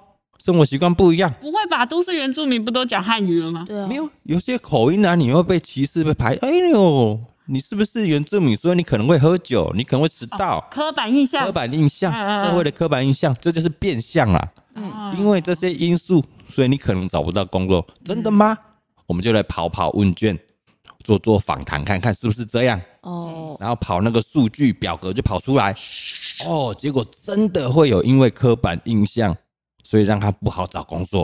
生活习惯不一样，
不会吧？都市原住民不都讲汉语了吗？
对啊，
没有有些口音啊，你会被歧视被排，哎呦，你是不是原住民？所以你可能会喝酒，你可能会迟到，
刻板印象
刻，板印象，
哦嗯嗯嗯
社会的刻板印象，这就是变相啊。
哦
因为这些因素，所以你可能找不到工作，真的吗？我们就来跑跑问卷，做做访谈，看看是不是这样。
哦，
然后跑那个数据表格就跑出来，哦，结果真的会有因为刻板印象，所以让他不好找工作，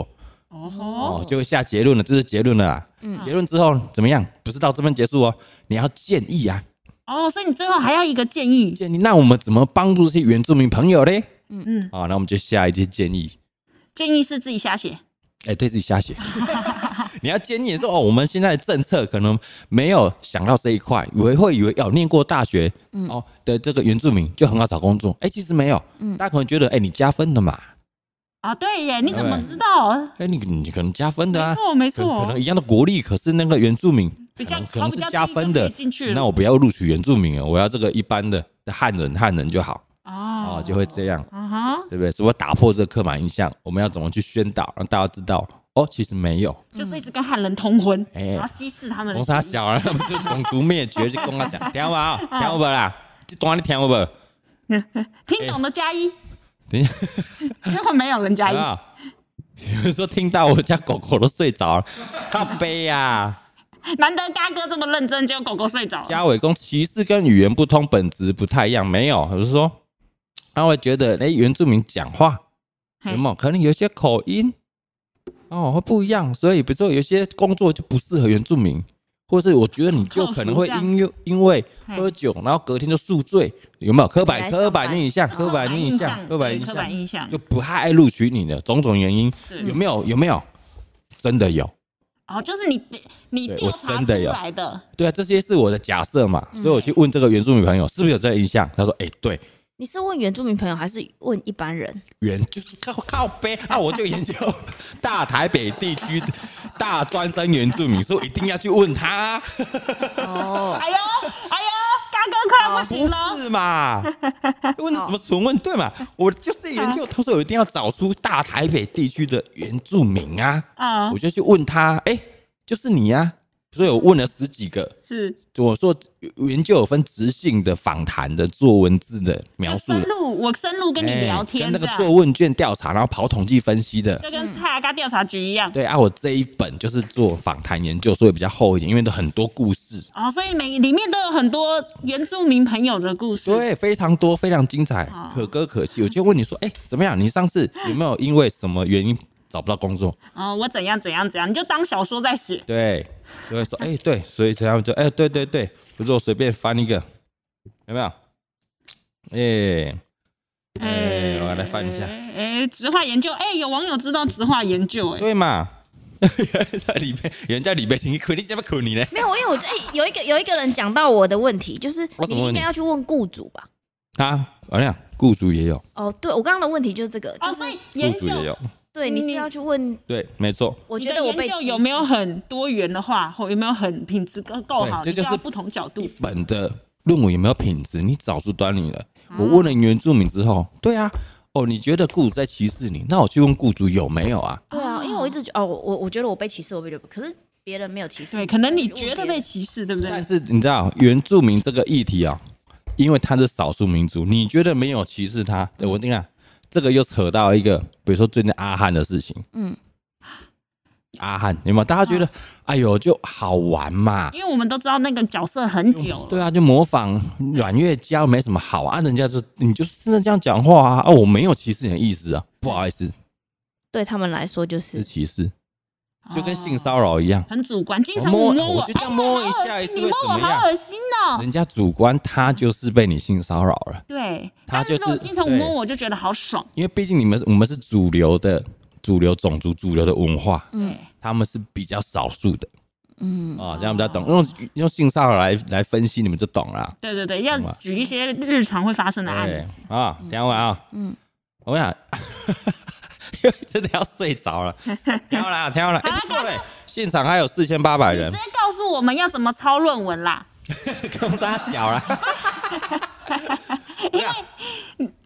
哦
哦
吼，，
就会下结论了，这是结论了啦。
嗯
结论之后怎么样？不是到这边结束哦，你要建议啊，
哦，所以你最后还要一个建议，
建议。那我们怎么帮助这些原住民朋友嘞？
嗯，
啊、那我们就下一些建议，
建议是自己瞎写，
哎、对自己瞎写。 你要建议说哦，我们现在的政策可能没有想到这一块，以为会以为哦，念过大学、
嗯
哦的这个原住民就很好找工作，哎、其实没有，
嗯
大家可能觉得哎、你加分的嘛，
啊，对耶，你怎么
对
知道？
哎、你你可能加分的
没
啊，
错，没
可能可
错
能，一样的国力，可是那个原住民
比
可
较
能可
考
能
比
是
较
加
低就
分
可以
的，
进去了
那我不要录取原住民了，我要这个一般的汉人汉人就好
哦
哦，就会这样。
啊哈，
对不对？所以我打破这个刻板印象，我们要怎么去宣导，让大家知道哦，其实没有，
就是一直跟汉人通婚，
哎
然后稀释他 们的
从
声
他
音，
小啊，他们是种族灭绝，就跟我讲，听有无？听有无啦？这段你听有无？
听懂的加一，
等一下，
如果没有人加
有
一
没，有？有 人说听到我家狗狗都睡着了，靠背啊呀！
难得嘎哥这么认真，结果狗狗睡着了，
嘉伟公歧视跟语言不通本质不太一样，没有，我是说，他会觉得哎、诶原住民讲话
嘿
有没有可能有些口音哦会不一样，所以比如说有些工作就不适合原住民，或是我觉得你就可能会
好复杂
因为因为
嘿
喝酒，然后隔天就宿醉，有没有刻
来
板
上
刻板
班
印象刻板印象
哦刻
刻
板
板
印
印
象，对刻板
象
印象
就，不太爱录取你的种种原因，
对
有没有有没有？真的有。
哦，就是你你
对
调
我
查
真
出
的有
来的，
对啊，这些是我的假设嘛，所以我去问这个原住民朋友是不是有这个印象，他说：“哎、对，
你是问原住民朋友还是问一般人？
原就是靠靠背 啊，我就研究大台北地区的大专生原住民，所以我一定要去问他，
哦，
哎呦，哎呦，嘎哥快
啊
要不行了，
是嘛？问什么纯问对嘛？我就是研究，他说我一定要找出大台北地区的原住民啊，
啊
我，就去问他，哎、就是你啊，所以我问了十几个。”
啊是
就我说研究有分直性的、访谈的、做文字的描
我
述
深
的，
入，我深入跟你
哎
聊天，
跟
这
那个
样
做问卷调查，然后跑统计分析的。
就跟蔡嘎调查局一样。
对啊，我这一本就是做访谈研究，所以比较厚一点，因为都很多故事。
哦，所以每里面都有很多原住民朋友的故事。
对，非常多，非常精彩
好，
可歌可泣。我就问你说，哎、怎么样？你上次有没有因为什么原因找不到工作？
哦，我怎样怎样怎样，你就当小说在写。
对，就会说，哎、对，所以他们就，哎、对对对，不是我随便翻一个，有没有？哎、哎、我来翻一下。
哎、直化研究，哎、有网友知道直化研究、哎，
对嘛？ 在里面，有人在里面，你肯定在不苦你呢？
没有，因为我哎、有一个有一个人讲到我的问题，就是
我怎
你
么问
应
你
该要去问雇主吧？
啊，我讲雇主也有，
哦，对我刚刚的问题就是这个，
哦，
就
所
是
以
雇
研
主
究，
也有，
对你是
你
要去问，
对，没错，
我
你
觉
的
得我被
研究
歧
有
视
没有很多元的话，或有没有很品质够够好，
对这
你
就是
要不同角度。
本的论文有没有品质，你找出端倪了。
啊
我问了原住民之后，对啊，哦，你觉得雇主在歧视你，那我去问雇主有没有啊？
对啊，因为我一直觉哦，我我觉得我被歧视，我被觉得，可是别人没有歧视，
对，可能你
我
觉得
别人
被歧视，对不对
但？是你知道原住民这个议题啊、因为他是少数民族，你觉得没有歧视他？对我跟你讲，这个又扯到一个，比如说最近阿汉的事情，
嗯，
阿汉有没有？大家觉得，
啊
哎呦，就好玩嘛，
因为我们都知道那个角色很久了，
对啊，就模仿阮月娇没什么好啊，人家就你就是真的这样讲话啊，啊，我没有歧视你的意思啊，不好意思，
对他们来说就是是
歧视，就跟性骚扰一样，
哦很主观，经
我
常
摸
我摸
我
我，
就这样摸一下
哎呀好恶心
是会
你摸
怎
我
么样
好恶心哦。
人家主观他就是被你性骚扰了，
对，
他
但
就是
如果经常摸我就觉得好爽。
因为毕竟你们我们是主流的主流种族、主流的文化，
对，
他们是比较少数的
嗯，
啊，这样比较懂。用用性骚扰来来分析，你们就懂了。
对对对，要
懂吧
举一些日常会发生的案
对
子。
啊，等一下我啊，嗯
嗯，
我想， 因为真的要睡着了，挑啦挑啦，哎、不错嘞，现场还有四千八百人
直，接告诉我们要怎么抄论文啦。
空差小 啦。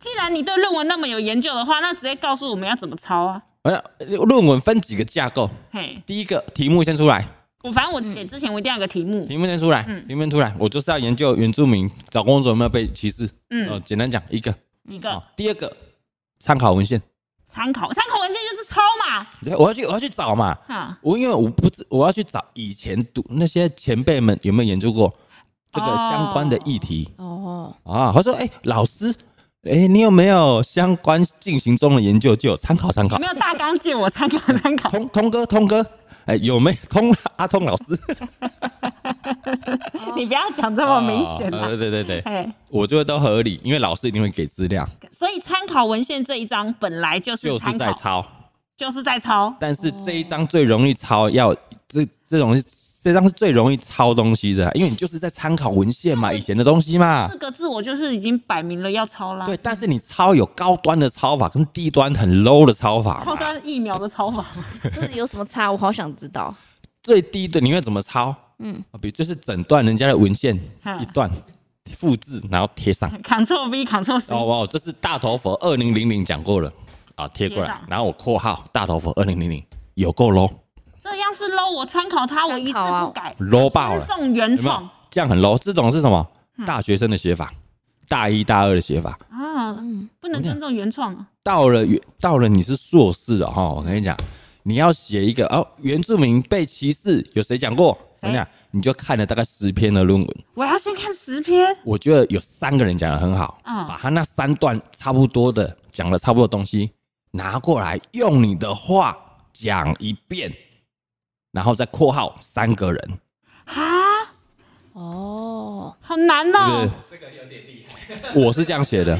既然你对论文那么有研究的话，那直接告诉我们要怎么抄啊。
我想论文分几个架构，
嘿，
第一个题目先出来，
我反正我
嗯
写之前我一定要有个题目。
题目先出来，
嗯
题目先出来，我就是要研究原住民找工作有没有被歧视。
嗯
呃，简单讲一个，
一
哦
个，
第二个参考文献，
参考参考文件就是抄嘛，
对我要去我要去找嘛，
哈，
我因为我不知我要去找以前读那些前辈们有没有研究过这个相关的议题。
哦，
啊，他说：“哎、老师，哎、你有没有相关进行中的研究，就有参考参
有
考
没。有大纲借我参考参考？
通通哥，通哥，哎、有没有通阿通老师？哦
你不要讲这么哦明显
啊
了。
对对对对，
哎，
我觉得都合理，因为老师一定会给资 料，
所以参考文献这一章本来就是
就是
参
在
考，
抄。
就是在抄。
但是这一张最容易抄，要这这种这张是最容易抄东西的，啊因为你就是在参考文献
嗯
嘛，以前的东西嘛。
四个字我就是已经摆明了要抄啦。
对，，但是你抄有高端的抄法跟低端很 low 的抄法
高
嘛。
端疫苗的抄法。
这有什么差？我好想知道。
最低的你会怎么抄？嗯
嗯，
比如就是整段人家的文献
嗯
一段复制，然后贴上。
Ctrl V Ctrl C，
哦哇，这是大头佛二零零零讲过了啊，贴过
贴
来
上，
然后我括号大头佛二零零零有够 low
这样是 low，我参考它，我一字
参考啊
不改，
low 爆
尊
了，
重原
有没
创
有？这样很 low，这种是什么？
嗯
大学生的写法，大一大二的写法。
啊，
嗯，
不能尊重原创啊。
到了原到了你是硕士了哈，我跟你讲，你要写一个哦，原住民被歧视有谁讲过？我跟你讲，你就看了大概十篇的论文，
我要先看十篇，
我觉得有三个人讲的很好，
嗯
把他那三段差不多的讲的差不多的东西拿过来，用你的话讲一遍，然后再括号三个人，
哈，
哦，
好难哦、
对不对？这个有点厉害，我是这样写的，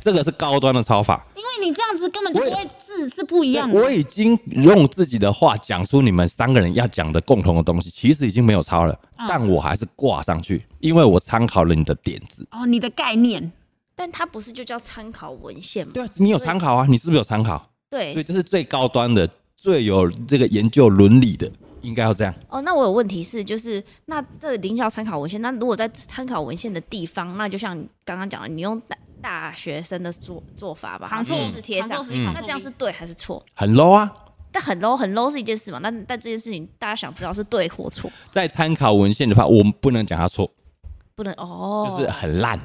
这个是高端的抄法。
因为你这样子根本就
我也
不会字是不一样的。
我已经用自己的话讲出你们三个人要讲的共同的东西，其实已经没有抄了，
嗯
但我还是挂上去，因为我参考了你的点子。
哦，你的概念
但它不是就叫参考文献吗？
对啊，你有参考啊？你是不是有参考？
对
所以，这是最高端的、最有这个研究伦理的，应该要这样。
哦，那我有问题是，就是那这零校参考文献，那如果在参考文献的地方，那就像你刚刚讲的，你用大大学生的做做法吧，
唐
把
宋
数字贴上，
嗯
那这样是对还是错？
很 low 啊！
但很 low 很 low 是一件事嘛，但但这件事情大家想知道是对或错，
在参考文献的话，我们不能讲它错，
不能哦，
就是很烂。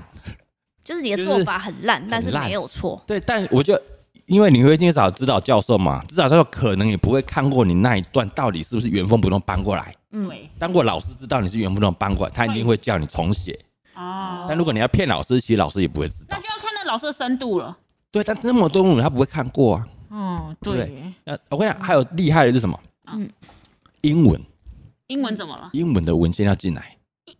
就是你的
就是
做法很烂，但是
很烂
没有错，
对，但我觉得，因为你会至少指导教授嘛，指导教授可能也不会看过你那一段到底是不是原封不动搬过来。
嗯
对
当过老师知道你是原封不动搬过来，他一定会叫你重写。
哦，
但如果你要骗老师，其实老师也不会知道
那。就要看那老师的深度了。
对，但那么多论文他不会看过啊。
哦，
对
对耶，
那我跟你讲，还有厉害的是什么？
嗯
英文，
英文怎么了？
英文的文献要进来。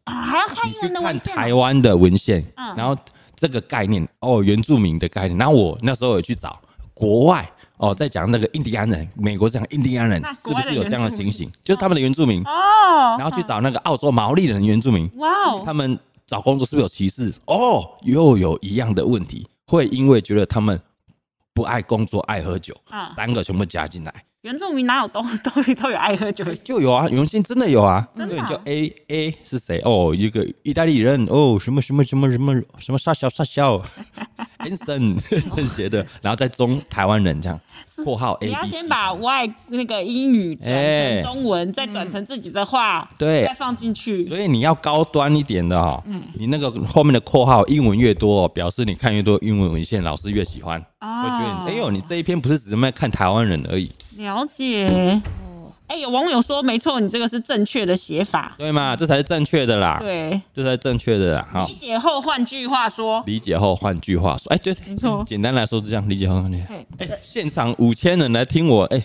啊，还要看
你
英
去
文的
看
文献
台
吗。
湾的文献，
嗯
然后这个概念哦，原住民的概念。然后我那时候也去找国外哦，在讲那个印第安人，美国讲印第安人
那
是
国
不
外的
是有这样的
原住
情
民
形？就是他们的原住民，
哦，
然后去找那个澳洲毛利人原住民，
哇哦，
他们找工作是不是有歧视？哦，又有一样的问题，会因为觉得他们不爱工作、爱喝酒，
嗯
三个全部加进来，
原住民哪有都 都都有爱喝酒的习
就有啊，原先真的有啊，
真的
对，
啊
叫 A A 是谁？哦，一个意大利人，哦，什么什么什么什么什么傻笑傻 笑，Anson 这些的，然后再中台湾人这样，括号 A
你要
B，
先把外那个英语转
哎
成中文，再转成自己的话，
对
再放进去。
所以你要高端一点的哦，
嗯
你那个后面的括号英文越多、哦，表示你看越多英文文献，老师越喜欢，
哦
会觉得你哎呦，你这一篇不是只是在看台湾人而已，
了解。
哦，
哎，有网友说没错，你这个是正确的写法。
对吗？这才是正确的啦，
嗯对，
这才是正确的啦，好
理。解后，换句话说，
理解后，换句话说，哎、对，
没错
简单来说是这样，理解后换句话说
嘿
哎、现场五千人来听我，哎、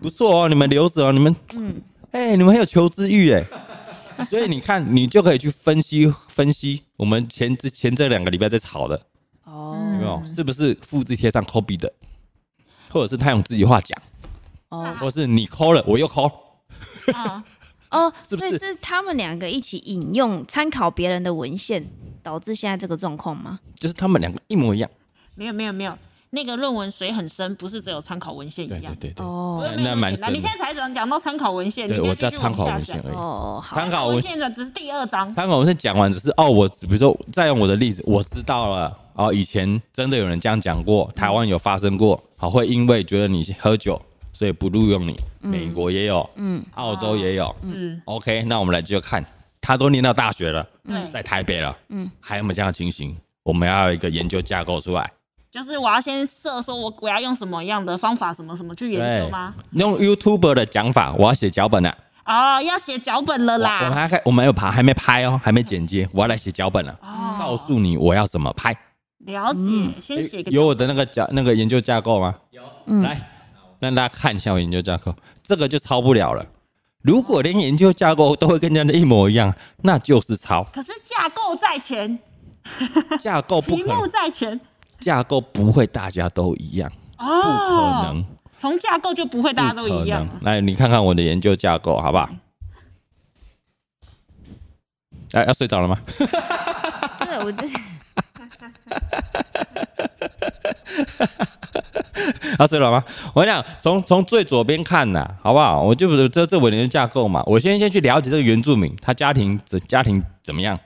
不错哦，你们留着哦，你们，嗯
嗯，
哎、你们很有求知欲哎， 所以你看，你就可以去分析分析我们前之前这两个礼拜在吵的，有
哦
没有？
嗯
是不是复制贴上 copy 的，或者是他用自己话讲，
哦
或是你 call 了我又 call，
啊，
哦，
是不
所
是
以是他们两个一起引用参考别人的文献，导致现在这个状况吗？
就是他们两个一模一样。
没有没有没有，那个论文水很深，不是只有参考文献一
对
样
对。对对，
不
哦
那
会没有
那
么
蛮
简单
深
你现在才讲讲到参考文献，
对
你
我叫
再继续
参考
往
文
下
献
讲
而已。
哦，好，
参考文
文献的只是第二章，
参考文献讲完只是哦，我只比如说再用我的例子，我知道了哦，以前真的有人这样讲
嗯
过，台湾有发生过，好、会因为觉得你喝酒，所以不录用你，美国也有，嗯，
哦
澳洲也有、
是
o k 那我们来继续看，他都念到大学了，
对
在台北了，嗯，还有没有这样的情形？我们要有一个研究架构出来，
就是我要先设说我我要用什么样的方法，什么什么去研究吗？
用 YouTuber 的讲法，我要写脚本了、
哦，要写脚本了
我我们
啦。
还开，我们还有拍，还没拍哦，还没剪接，我要来写脚本了，告
哦，
诉你我要怎么拍。
了解，先写
嗯
个
哎有我的那个架那个研究架构吗？有，
嗯
来让大家看一下我研究架构，这个就抄不了了。如果连研究架构都会跟人家的一模一样，那就是 抄
可是架构在前，
架构，不
题
可
目
能，
在前，
架构不会大家都一样，
哦，
不可能，，
从架构就不会大家都
不可
一样
能
了。。
来，你看看我的研究架构，好不好？哎，要睡着了吗？
对我这
要睡着啊了吗？我跟你讲，从从最左边看呐、好不好？我就不是这这我研究架构嘛，我先先去了解这个原住民，他家庭怎家庭怎么样，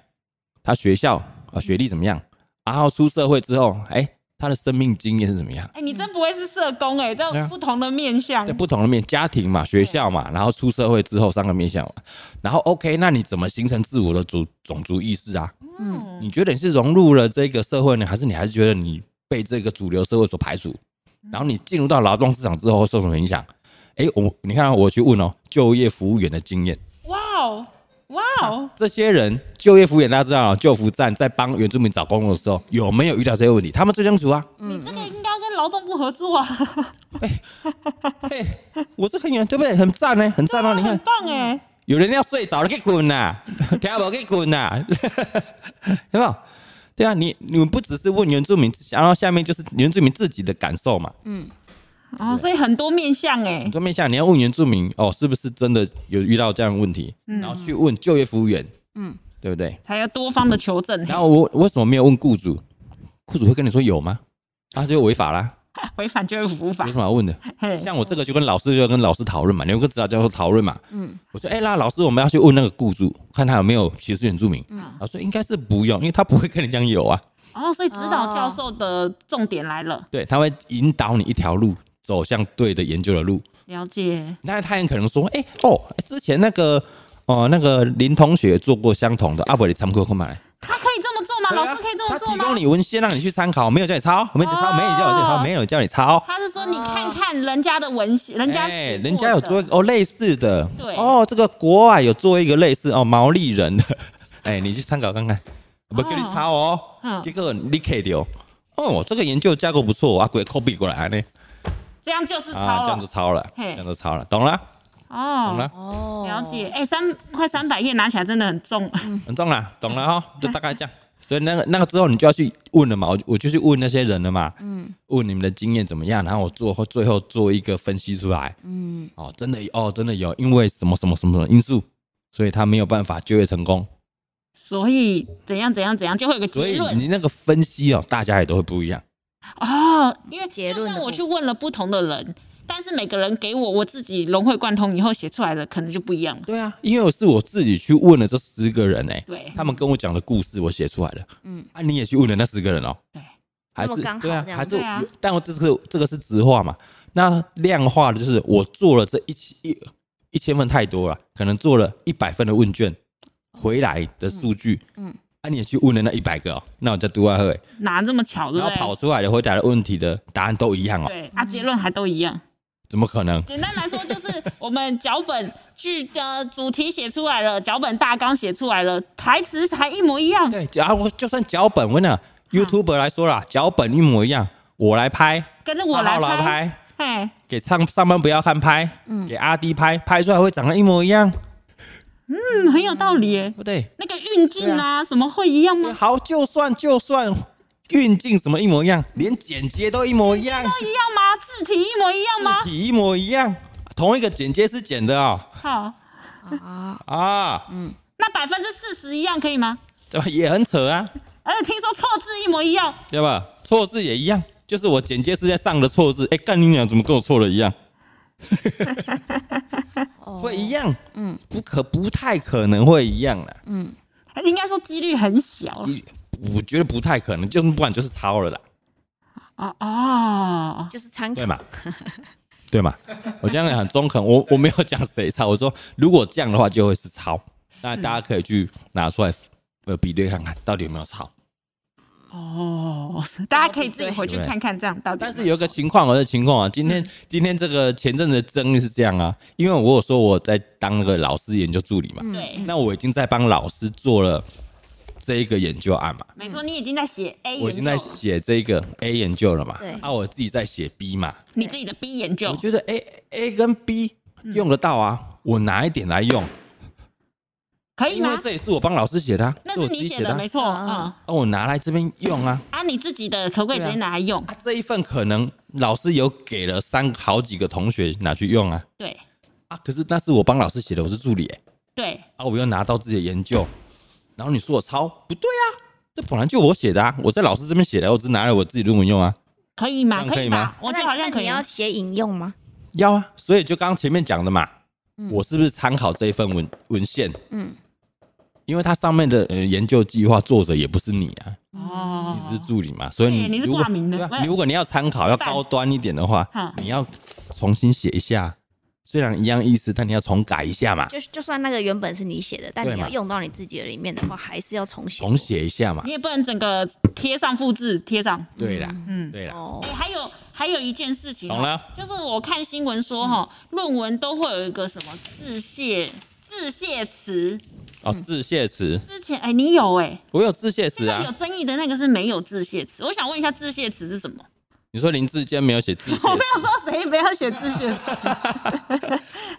他学校啊学历怎么样，然后出社会之后，哎、他的生命经验是怎么样？
哎，你真不会是社工哎，
对啊
这不同的面向
在，不同的面，家庭嘛，学校嘛，然后出社会之后三个面向嘛，然后 OK，那你怎么形成自我的族种族意识啊？
嗯，
你觉得你是融入了这个社会呢，还是你还是觉得你被这个主流社会所排除？然后你进入到劳动市场之后会受什么影响？诶，我你看啊我去问哦，就业服务员的经验，
哇哦，哇哦，
这些人就业服务员大家知道哦，就服站在帮原住民找工作的时候，有没有遇到这些问题？他们最清楚啊。
你这个应该要跟劳动部合作啊，
嘿，我是很远，对不对？很赞呢，很赞 哦。你看
很，棒哎，
有人要睡着了，给滚呐！听不给滚呐！ 有没有？对啊，你你们不只是问原住民，然后下面就是原住民自己的感受嘛。
哦，所以很多面向哎
你，桌面下你要问原住民哦，是不是真的有遇到这样的问题？然后去问就业服务员，嗯
嗯，
对不对？
才有多方的求证，
然后我我为什么没有问雇主？雇主会跟你说有吗？啊，这就违法啦，
违反就业服务法
有，什么好问
哎
的？
嘿，
像我这个就跟老师就要跟老师讨论嘛，你有个指导教授讨论嘛。
嗯
我说，哎、那老师我们要去问那个雇主，看他有没有歧视原住民。
嗯
老师说应该是不用，因为他不会跟你讲有啊，
哦，所以指导教授的重点来了，
对，他会引导你一条路走向对的研究的路。
了解，
那他很可能说，哎、哦，之前那个哦、那个林同学做过相同的，阿伯你参考看买。
他可以这么做吗？啊老师可以这么
啊他
做
提
吗？
供你文献让你去参考，没有叫你抄，没有叫你抄，
哦
没有叫你抄，没有叫你抄。
他是说你看看人家的文献，人家
哎
写过的
人家有做哦类似的，
对
哦，这个国外有做一个类似哦毛利人的， 哎，你去参考看看，不给你抄哦，
哦嗯
结果你 K 掉，哦，这个研究架构不错，啊阿鬼 copy 过来呢，
这样就是抄
啊，这样
了
就抄了，
嘿
这样就抄了，懂了，懂
哦
了，，
哦
了解，哎，三快三百页拿起来真的很重，
很重了，懂了哈，就大概这样。所以那个那个之后，你就要去问了嘛，我就我就去问那些人了嘛，
嗯
问你们的经验怎么样，然后我做最后做一个分析出来，
嗯
哦，真的哦，真的有，因为什么什么什么什么因素，所以他没有办法就业成功。
所以怎样怎样怎样就会有个
所
结
以
论
你那个分析哦，大家也都会不一样。
哦，因为
结
就
论的
算我
部
去问了不同的人，但是每个人给我我自己融会贯通以后写出来的可能就不一样了。
对啊，因为我是我自己去问了这十个人哎、
对
他们跟我讲的故事我写出来了
嗯，
啊，你也去问了那十个人哦，
对，
还
那
是
么刚好
对啊
这，样
还是
对啊
有但我这是这个是直化嘛，那量化的就是我做了这一千一一千份太多了，可能做了一百份的问卷回来的数据，嗯
嗯，
啊，你也去问了那一百个哦，那我叫杜外会。
哪这么巧，对
然后
不对
跑？出来的回答的问题的答案都一样哦，
对啊，结论还都一样。
怎么可能？
简单来说，就是我们脚本剧的主题写出来了，脚本大纲写出来了，台词还一模一样。
对，然后我就算脚本，我跟你讲，YouTube 来说啦，脚本一模一样，我来拍，
跟着我来
浩浩
拍哎
拍，
嘿，
给上上班不要看拍，
嗯
给阿弟拍，拍出来会长得一模一样，
嗯，很有道理耶。
不对？
那个运镜啊，什么会一样吗？
好，就算就算运镜什么一模一样，连剪接都一模一样，
一样吗？字体一模一样吗？
体一模一样，同一个剪接师剪的哦
好，
啊，
啊，
那百分之四十一样可以吗？
这也很扯啊，
而且听说错字一模一样，
对吧？错字也一样，就是我剪接师在上的错字，哎、干你娘怎么跟我错了一样？
哦
会一样，
嗯
不可不太可能会一样啦。
嗯，
应该说几率很小啊
其实我觉得不太可能，就是不然就是抄了啦，
哦哦，
就是参考
对。嘛？ 对嘛？我这样很中肯，我我没有讲谁抄，我说如果这样的话就会是抄，那大家可以去拿出来呃比对看看到底有没有抄。
哦，大家可以自己回去
对
看看这样到底。
但是有一个情况，我的情况啊，今
嗯
天、今天这个前阵子的争议是这样啊，因为我有说我在当那个老师研究助理嘛，
嗯
对，
嗯那我已经在帮老师做了这一个研究案嘛，
没错，你已经在写 A 研究了，
我已经在写这个 A 研究了嘛
对，
啊，我自己在写 B 嘛，
你自己的 B 研究
我，觉得 A A 跟 B
嗯
用得到啊，我拿一点来用，
可以
因
吗
为？这也是我帮老师写的、啊，
啊那
这我
是
自己
你
写
写
的
的，
啊
没，错，嗯
啊。
啊，我拿来这边用啊，
啊，你自己的可不可以直接拿来用？
啊，这一份可能老师有给了三好几个同学拿去用啊，
对
啊，可是那是我帮老师写的，我是助理、欸，
对，
啊，我又拿到自己的研究，然后你说我抄，不对啊，这本来就我写的啊，我在老师这边写的，我只拿来我自己论文用啊。
可以吗？
这样可以
以
吗
吧？我觉
那
得好像可
那
以
你
啊。
要写引用吗？
要啊，所以就刚刚前面讲的嘛，
嗯
我是不是参考这一份文文献？
嗯，
因为它上面的呃研究计划作者也不是你啊，
哦
你只是助理嘛，所以
对你
你
是
如果
挂名的
对啊
不是
如果你要参考要高端一点的话
哈，
你要重新写一下，虽然一样意思，但你要重改一下嘛，
就是就算那个原本是你写的，但
对
你
嘛
要用到你自己的里面的话，还是要重写。
重写一下嘛
你。也不能整个贴上复制贴上。
对啦，
嗯，
对啦，
哦
哎、，还有还有一件事情哦，
懂了
就是我看新闻说哈，论文都会有一个什么致谢致谢词。
哦，致谢词，
之前哎、你有哎、
我有致谢词
嗯现在有
啊。
争议的那个是没有致谢词。我想问一下，致谢词是什么？
你说林志坚没有写致谢词
我没，有说谁不要写致谢词。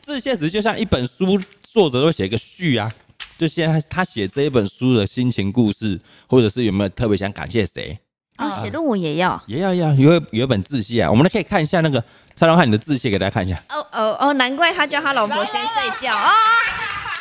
致谢词就像一本书，作者都会写一个序啊，就现在他写这一本书的心情故事，或者是有没有特别想感谢谁，
然哦
啊
后写论文也要。
也要要有有一本致谢啊，我们可以看一下那个蔡康汉你的致谢，给大家看一下。
哦哦哦，难怪他叫他老婆先睡 觉啊、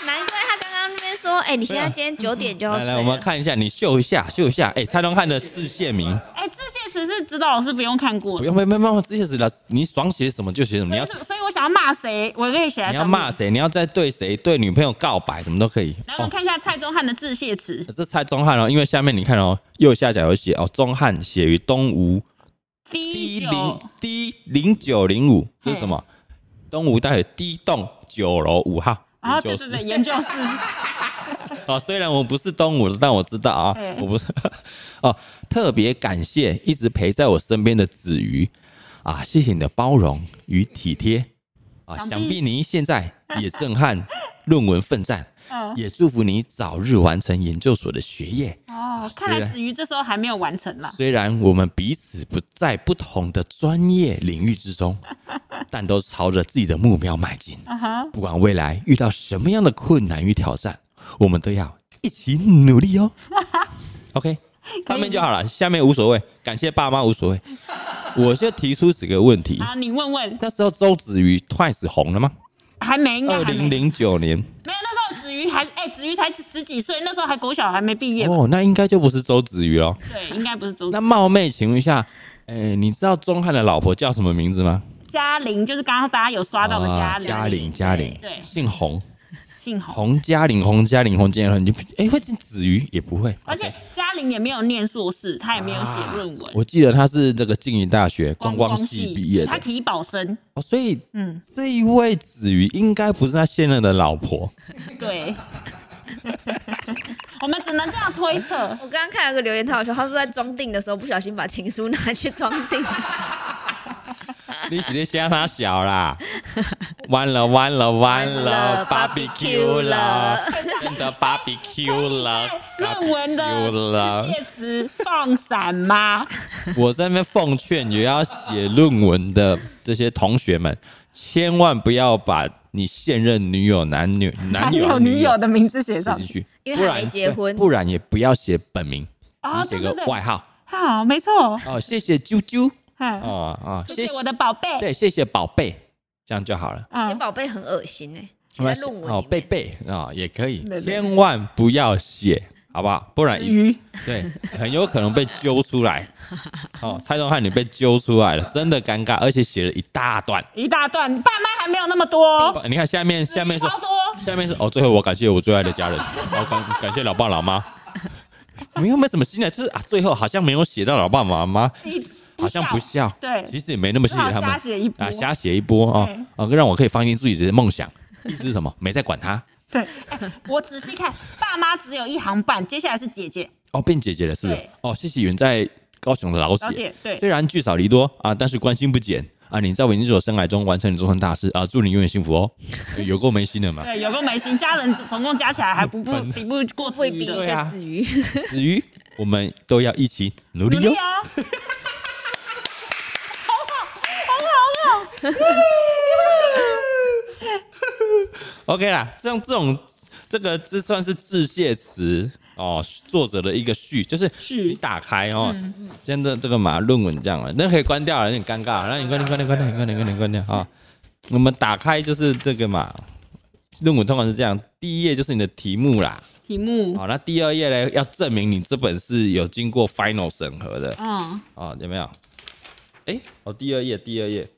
难怪他刚刚那边说，哎、你现在今天九点就要
来
睡
来，我们
了
看一下，你秀一下，秀一下。哎、蔡康汉的致谢名，
哎、致谢词是指导老师不用看过
不
的。
用不用不用不用，致谢词了，你爽写什么就写什么，你要
所以所以我想要骂谁，我可以写在
你要
上面
骂谁，你要在对谁对女朋友告白，什么都可以。
来，
哦
我们，看一下蔡宗翰的致谢词。
这蔡宗翰哦，因为下面你看哦，右下角有写哦，宗翰写于东吴 D
D
零
九
D 零九零五，这是什么？东吴大学 D 栋九楼五号
啊，
研
对
究
对
室
对，研究室
哦，虽然我不是东吴的，但我知道啊
对，
我不是 哦。特别感谢一直陪在我身边的子瑜啊，谢谢你的包容与体贴啊，
想必
想必您现在也震撼论文奋战，
嗯
也祝福你早日完成研究所的学业。
哦，看来子瑜这时候还没有完成啦。
虽然我们彼此不在不同的专业领域之 中，但都朝着自己的目标迈进。
啊哈，
不管未来遇到什么样的困难与挑战，我们都要一起努力 哦。OK，上面就好了，下面无所谓，感谢爸妈无 所谓。我就提出几个问题。
好，啊你问问，
那时候周子瑜 Twice 红了吗？
还没，应该
二
还
零
没，
零九年
没有，那时候子瑜还，哎，子瑜才十几岁，那时候还国小还没毕业吧，
哦，那应该就不是周子瑜咯。
对，应该不是周
那冒昧请问一下，哎、你知道钟汉的老婆叫什么名字吗？
嘉玲，就是刚刚大家有刷到的
啊
嘉玲，
嘉玲，嘉玲，
对
姓洪，
姓洪，
洪嘉玲，洪嘉玲，洪嘉玲，你就哎、会进子瑜也不会，
而且嘉玲也没有念硕士，她也没有写论文，
我记得他是这个静宜大学啊观光
光
系毕业
她
的，
提保生，
哦，所以
嗯，
这一位子瑜应该不是他现任的老 婆，
对，我们只能这样推测。
我刚刚看有个留言，他好笑，他说在装订的时候不小心把情书拿去装 订，
你是在嫌他小啦？完了完了完了，barbecue 了，真的 barbecue 了
论文的
，barbecue 了
谢。词放闪吗？
我在那边奉劝也要写论文的这些同学们，千万不要把你现任女友、男 女、
还
男友
有
啊、
女友的名字写
写
上
进
去
去，
因为
不
还
然
没结婚
不然也不要写本名，
啊，
你写
对
个
对对，
外号
好，没错，
哦，谢谢啾啾
嗯，
哦啊，
谢
谢
谢我的宝贝，
对，谢谢宝贝，这样就好了。
啊
写，宝贝很恶心哎、写在论文里面
哦，贝贝啊、也可以，
对对嗯
千万不要写，好不好？不然一
鱼，
对，很有可能被揪出 来。哦，蔡宗翰，你被揪出来了，真的尴尬，而且写了一大段。
一大段，爸妈还没有那么多，哦
你看下面，下面是
超多，
下面是哦，最后我感谢我最爱的 家人，我、感感谢老爸老妈。 没有没什么新的，就是啊，最后好像没有写到老爸老妈，
你
好像不
笑，
孝，
对
其实也没那么谢
只好
谢他们
瞎写一波
啊，瞎写一波啊
对
啊，让我可以放心自己的梦想。意思是什么？ 没在管他
对，哎我仔细看，爸妈只有一行半，接下来是姐姐，
哦，变姐姐了是不是
对？
哦，谢谢远在高雄的老
老姐对
虽然聚少离多啊，但是关心不减啊。你在文之所生涯中完成你终身大事啊，祝你永远幸福哦。有够没心的嘛？
对，有个眉心，家人总共加起来还不不
反
比不过子
未
瑜
必
的，
对啊
跟子瑜，
子瑜，我们都要一起努力
努
哟
力。啊！
OK 啦，像这种这个这算是致谢词哦，作者的一个序，就是你打开哦，
嗯
今天的这个嘛论文这样了，那可以关掉了，有点尴尬，那你关掉关掉关掉关掉关掉关掉啊！我们打开就是这个嘛，论文通常是这样，第一页就是你的题目啦，哦
题目，
好，那第二页呢，要证明你这本是有经过 final 审核的
嗯，
哦，有没有？哎、哦，第二页第二页，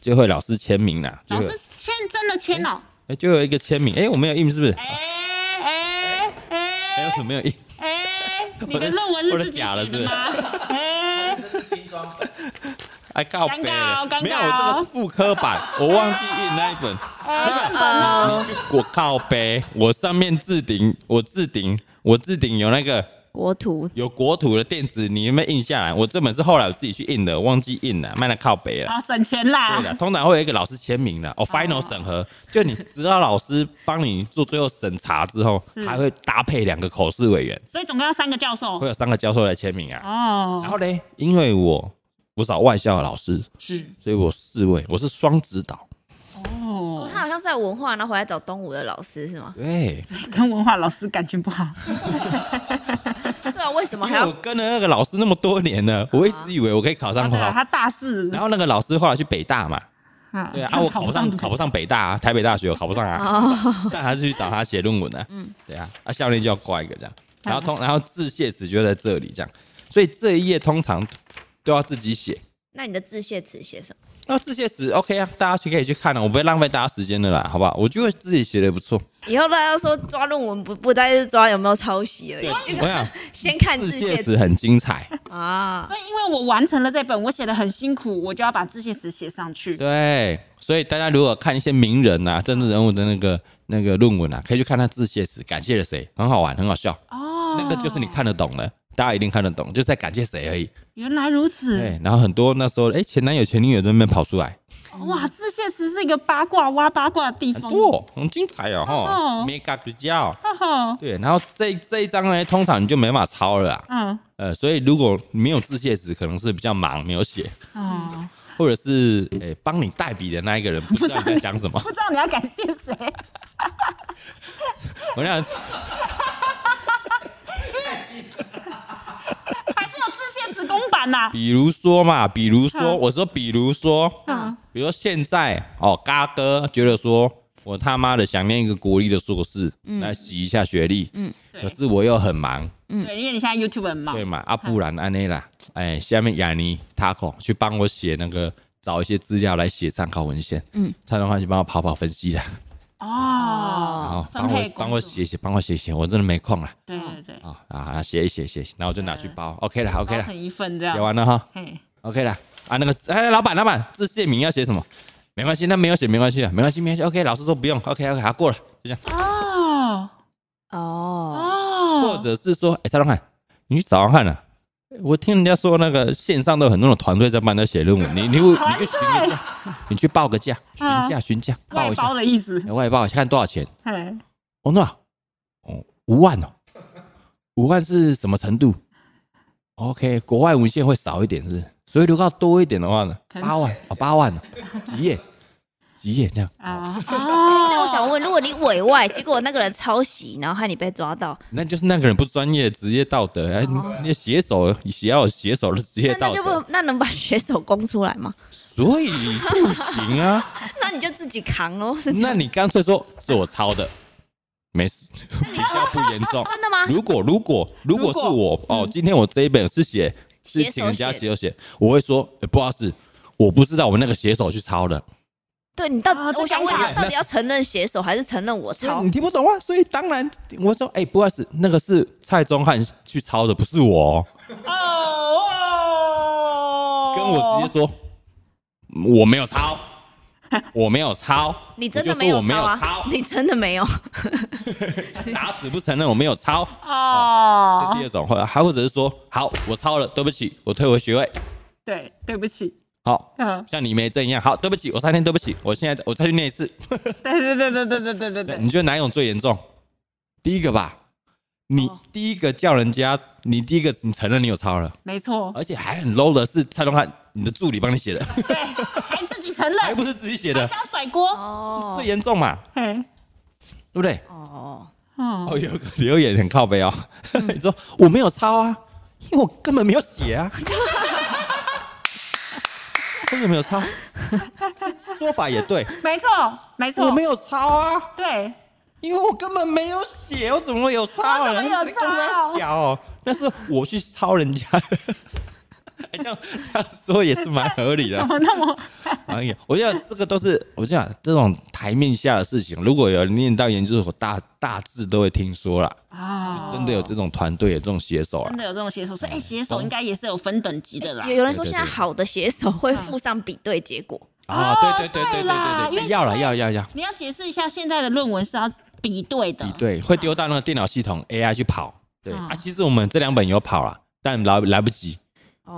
就会老师签名啦，就
老
会有
师签真的签了，
哎、就有一个签名，哎、我没有印是不是？
哎哎
没有
哎
什么没有印，
哎，你的论文是
我的
自己
假了
写的吗？哎，
哎靠背了，
尴尬哦
没有，
尴尬哦
我这个是复刻版，我忘记印那一本，
哎，正本呢？
呃，
我靠背，我上面置顶，我置顶，我置顶有那个
国图
有国土的电子，你有没有印下来？我这本是后来我自己去印的，忘记印了，卖了靠背了。
啊，省钱啦
对，的，通常会有一个老师签名 的哦，final 审核，就你指导老师帮你做最后审查之后，
是
还会搭配两个口试委员，
所以总共要三个教授
会。有三个教授来签名啊。然
哦，
后嘞，因为我我找外校的老师，
是
所以我四位，我是双指导，？
哦
哦，，他好像是在文化，然后回来找东吴的老师是 吗
对，
跟文化老师感情不好，
对啊，为什么
因
还
为我哎
要？
跟了那个老师那么多年了，我一直以为我可以考上
啊对啊
他，
他大四，
然后那个老师后来去北大嘛，
啊
对啊，啊我考不 上，考不上北大，啊，台北大学我考不上啊，
哦，
但还是去找他写论文啊，嗯，对啊，啊校内就要挂一个这样，然后通然后致谢词就在这里这样，所以这一页通常都要自己写。
那你的致谢词写什么？
那致谢词 OK 啊，大家去可以去看了、我不会浪费大家时间的啦，好不好？我觉得自己写的不错。
以后大家都说抓论文不不再是抓有没有抄袭而
对，
已，
我想
先看
致
致
谢
谢
词
词
很精彩。
啊。
所以因为我完成了这本，我写的很辛苦，我就要把致谢词写上去。
对，所以大家如果看一些名人啊、政治人物的那个那个论文啊，可以去看他致谢词，感谢了谁，很好玩，很好笑，
哦，
啊
嗯
那个就是你看得懂的。大家一定看得懂，就是在感谢谁而已。
原来如此，
对，然后很多那时候，哎、前男友、前女友在那边跑出来，
哇，致谢词是一个八卦挖八卦的地
很
方。
多，很精彩哦，
哦
哈，没嘎比较。
哈哈，
对，然后这这一章呢，通常你就没法抄了啊。
嗯
呃，所以如果没有致谢词，可能是比较忙没有写，
哦，
或者是诶帮、你代笔的那一个人不知道你在想什么。
不知道你要感谢谁，
我想
还是有致谢词公版呐？
比如说嘛，比如说，
嗯
我说比如说，
嗯
比如说现在哦，嘎哥觉得说我他妈的想念一个国立的硕士，来洗一下学历，嗯，可是我又很忙，
对，因为你现在 YouTube 很忙
嗯对，嘛？啊，不然安内啦，哎，下面雅尼 Taco 去帮我写那个。找一些资料来写参考文献，嗯，蔡东汉去帮我跑跑分析啦，
哦，
然后
分
哦，
帮我
配工
帮我
作
写写，帮我写写，我真的没空了
对对对，
啊啊，写一写写，然后我就拿去包，OK 了，OK
包
了，
成一份这
写
样。
完了哈，
嘿，
OK 啦，啊，那个，哎，老板，老板，致谢名要写什么？没关系，那没有写没关系啊，没关系，没关系。OK，老师说不用。OK，OK，、好过了，就这样。
哦
哦，
哦，
或者是说，哎、蔡东汉，你去找看啊。我听人家说，那个线上都有很多种团队在帮人家写论文，你你你就询个价，你去报个价，询价询价报
嗯外
一
包
下，
的意思，
哎外报一下看多少钱。
嘿，
哦，那，哦，五万哦，五万是什么程度？ OK，国外文献会少一点是不是，所以如果要多一点的话呢，
可能
八万哦，八万哦，几页，几页这样，
啊
那
啊！
我想问，如果你委外，结果那个人抄袭，然后害你被抓到，
那就是那个人不专业，职业道德，哎，你写手也要有写手的职业
那
道
哦那就
德，
不那能把选手供出来吗？
所以不行啊。
那你就自己扛喽， 是这
那
样
你干脆说是我抄的，没事，比较不严 重。
真的吗？
如果如果如果
如
是
果
我哦，今天我这一本是写是
写手
请人家
写
写手写，我会说呃不好意思，我不知道我们那个写手去抄的，
对你到
啊这
我想问
尴尬
你，到底要承认写手还是承认我
所
抄
以你？听不懂啊，所以当然我说哎不好意思，那个是蔡宗翰去抄的，不是我哦，
哦，
跟我直接说我没有抄，我没有抄，
你真的
我就
没
说
有
我没有
啊
抄？，
你真的没有？
打死不承认我没有抄。这
哦
第，二种，或者还或者是说好我抄了，对不起，我退回学位，
对，对不起，
好。
嗯，
像你没证一样，好，对不起，我三天，对不起，我现在我再去念一次，
对对对对对对对对对，
你觉得哪一种最严重？第一个吧，你
哦
第一个叫人家，你第一个你承认你有抄了，
没错，
而且还很 low 的是蔡宗翰，你的助理帮你写的，
对，还自己承
还
认，
不是自己写的，
想甩锅，
哦
最严重嘛，
嘿，
对不对？
哦，
嗯，
哦，有个留言很靠背哦， 你说我没有抄啊，因为我根本没有写啊，根本没有抄，说法也对，
没错没
我
错
没，有抄啊。
对，
因为我根本没有写，我怎么会有抄
我
啊？
怎么有
那是跟
抄
他小哦，那是我去抄人家。 哎，这样这样说也是蛮合理的
怎。么那么
哎呀， 我觉得这个都是，我就讲这种台面下的事情，如果有念到研究所，大大致都会听说啦。
啊
真的有这种团队，有这种写手啦
真。的有这种写手，所以
嗯
哎，写手应该也是有分等级的啦
有。有人说
对对
现在
对
好的写手会附上比对结果，
啊，
哦
对对对
对
对
啦
对
因
对
为
对，要了
现在
要要要。
你要解释一下，现在的论文是要比对的，
比对，会丢到那个电脑系统 AI 去跑。对
嗯
啊，其实我们这两本有跑了，但来来不及。
哦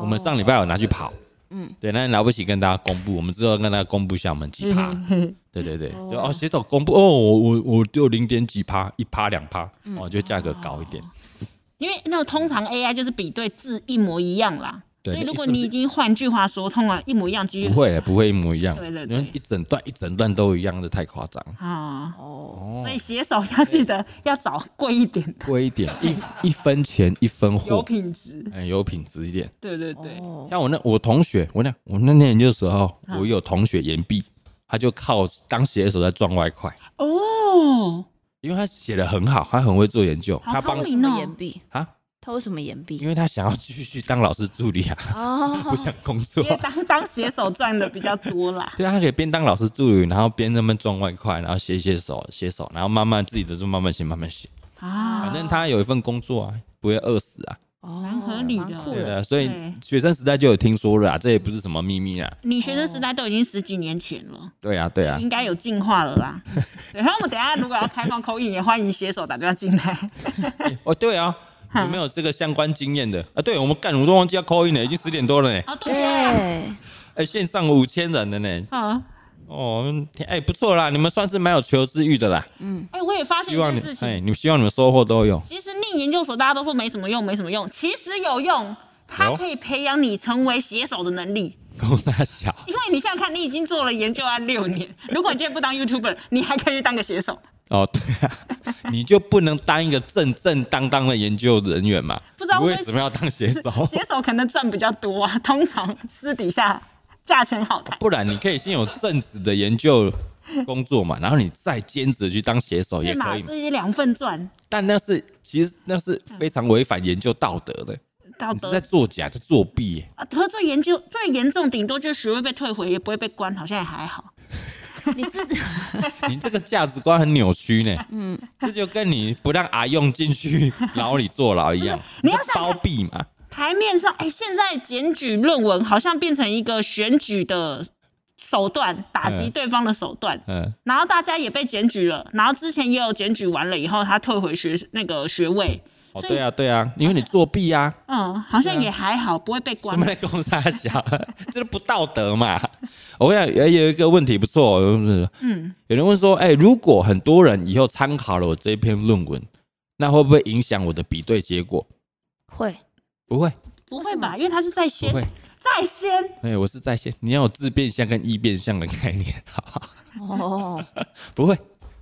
我们上礼拜有拿去跑，
嗯
嗯，对，那来不及跟大家公布，我们之后跟大家公布一下我们几趴，对对对，对哦，写手公布哦，我我我就零点几趴，一趴两趴，哦，就价格高一点，
因为那个通常 AI 就是比对字一模一样啦，
对
所以如果
是不
你
是
已经换句话说，通常一模一样几率
不会不会一模一样，
对对
因
对
为一整段一整段都一样的太夸张，
啊。
哦，
哦
所，以写手要记得要找贵一点的，
贵一点，一一分钱一分
有
货，
品质。
嗯，有品质一点。
对对对，
哦
像我那我同学，我那我那年的时候，我有同学岩壁，他就靠当写手在赚外快，
哦，
因为他写的很好，他很会做研究，
好
他
聪
帮
为什
明哦
么岩壁？
啊，
他为什么岩
因
壁？
为他想要继续当老师助理啊，
哦
不，想工作。
因为。当当写手赚的比较多啦
对啊，他可以边当老师助理，然后边那么赚外快，然后写写手写手，然后慢慢自己的就慢慢写慢慢写，
啊，
反正他有一份工作啊，不会饿死啊。
蛮合理的
哦蛮酷
对
的。
啊，所以
对
学生时代就有听说了啊，这也不是什么秘密啊。
你学生时代都已经十几年前了，
对啊，对啊，
应该有进化了 啦。对，然后我们等一下如果要开放口音，也欢迎写手打电话进来。
哦，对啊，有没有这个相关经验的啊？对，我们干，我都忘记要 call in 了，已经十点多了呢。
哦，对耶，
对，
哎，线上五千人了呢。
啊，
哦，天哎，不错啦，你们算是蛮有求知欲的啦。
哎，我也发现
希
一
望
件
你
事情
哎，，你希望你们收获都有。
其实念研究所大家都说没什么用，没什么用，其实有用，它
有
可以培养你成为写手的能力。
公大小，
因为你想想看，你已经做了研究案六 年，如果你今天不当 YouTuber，你还可以去当个写手。
哦，对啊， 你就不能当一个正正当当的研究人员嘛？
不知道
你
为
为什么要当写手？
写手可能赚比较多啊，通常私底下价钱好谈。
不然你可以先有正职的研究工作嘛，然后你再兼职去当写手也
对嘛，
可以嘛。
这些两份赚
但那是其实那是非常违反研究道德的。
道
你是在
德
作假，在作弊耶。
啊，可是这研究最严重，顶多就学位被退回，也不会被关，好像也还好。
你是
你这个价值观很扭曲 呢。
嗯，
这就跟你不让阿用进去牢里坐牢一样，
你要
这
想
包庇嘛。
台面上，哎、现在检举论文好像变成一个选举的手段，打击
嗯
对方的手段。
嗯，
然后大家也被检举了，然后之前也有检举完了以后，他退回学那个学位，
哦，
所以
对啊，对啊，因为你作弊啊，
嗯，好像
对啊
也还好，不会被
我
关
们。在公司还小， 这不道德嘛。我想也哎有一个问题不错哦，就是
嗯，
有人问说，哎，如果很多人以后参考了我这篇论文，那会不会影响我的比对结果？
会
不会，
不
为
会
什么
吧？因为他是在
不
先，
会，
在先，
哎、我是在线，你要有自变相跟异变相的概念， 好不好？
哦，
不会，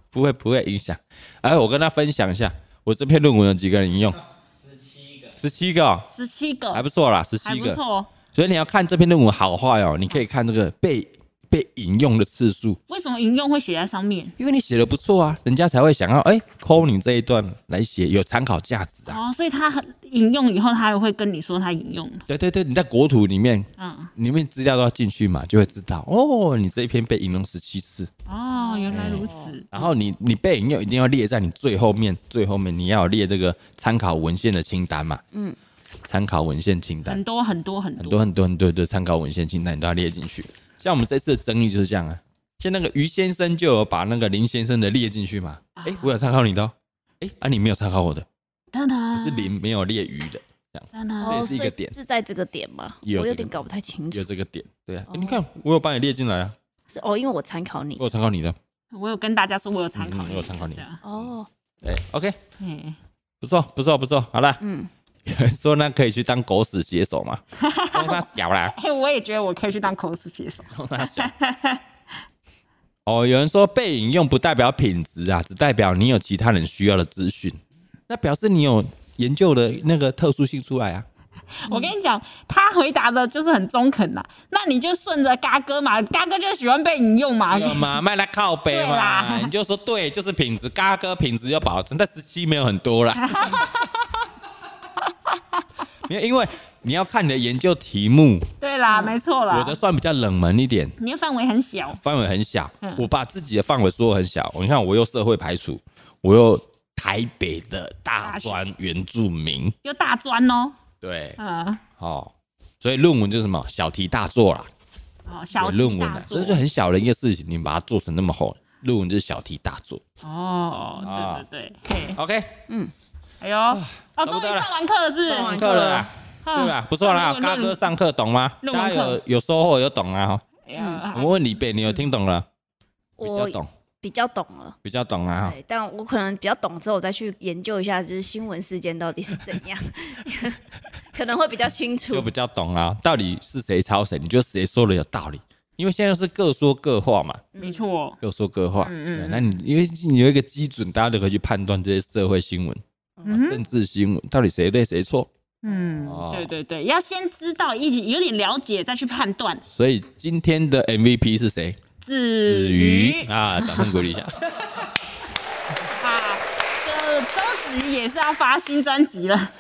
不会，不会影响。哎，我跟他分享一下，我这篇论文有几个人引用？十七个，十七个哦、
十七个
还不错啦，十
还
七
不
个。
错。哦
所以你要看这篇论文好坏哦，你可以看这个被被引用的次数，
为什么引用会写在上面？
因为你写的不错啊，人家才会想要哎抠你这一段来写，有参考价值啊。
哦，所以他很引用以后，他还会跟你说他引用了。
对对对，你在国土里面，
嗯，
里面资料都要进去嘛，就会知道哦，你这一篇被引用十七次，
哦，原来如此。
然后你你被引用一定要列在你最后面，最后面你要有列这个参考文献的清单嘛，嗯
嗯，
参考文献清单
很，多很多很多
很多很多很多的参考文献清单你都要列进去。像我们这次的争议就是这样啊，像那个于先生就有把那个林先生的列进去嘛，
啊
哎、我有参考你的、哦，哎、啊你没有参考我的，
当然
是林没有列于的，这样
当 然
这也
哦
是一
所
个
以
点
是在这个点吗？
有
我
这
有
个
点搞不太清楚
有。这个点，对啊，诶你看我有把你列进来啊，
是哦，因为我参考你
我。有参考你的，
我有跟大家说，我有参考
嗯
你，
我有参考你
这样
哦，
哎、o k
嗯，
不错不错不错，好啦，
嗯，
说那可以去当狗屎写手嘛，弄他小啦，
哎，我也觉得我可以去当口试写手。
弄他小。哦，有人说被引用不代表品质啊，只代表你有其他人需要的资讯，那表示你有研究的那个特殊性出来啊。
我跟你讲，他回答的就是很中肯啦。那你就顺着嘎哥嘛，嘎哥就喜欢被引用嘛。
有 嘛，卖来靠背
对
嘛
啦，
你就说对，就是品质，嘎哥品质有保证，但十七没有很 多啦。没有，因为你要看你的研究题目，
对啦，没错啦
我，的算比较冷门一点，
嗯你的范围很小，
范围很小，
嗯
我把自己的范围缩得很小。你看，我又社会排除，我又台北的大专原住民，
又大专哦，
对，
嗯，
哦，所以论文就是什么小题大做啦，
哦，小
对论
题
文
大
啊，
做
这就很小的一个事情，你把它做成那么厚，论文就是小题大做。啊
哦，对对对，嘿，
OK，
哎呦，哦，终
不
于
多了
上完课了，是
上
不
完
是
课
够了啦，
啊
对吧？不错啦，
论文
嘎哥上课懂吗？
论
大
文
家
课
有有收获有懂啊？
哎呀
我们问李贝，你有听懂了？比较
我
懂，
比较懂了。
比较懂啊？
对，但我可能比较懂之后，我再去研究一下，就是新闻事件到底是怎样， 可能会比较清
就
楚
比。较懂啊，到底是谁抄谁？你觉得谁说的有道理？因为现在是各说各话嘛，
没错，
各说各话。
嗯嗯
对
嗯
那你因为你有一个基准，大家就可以去判断这些社会新闻、啊
嗯哼
政治新闻到底谁对谁错。哦
嗯，对对对，要先知道一起有点了解再去判断。
所以今天的 MVP 是谁？
至
子
于
瑜啊，掌声鼓 励一下。
啊，这周子瑜也是要发新专辑了。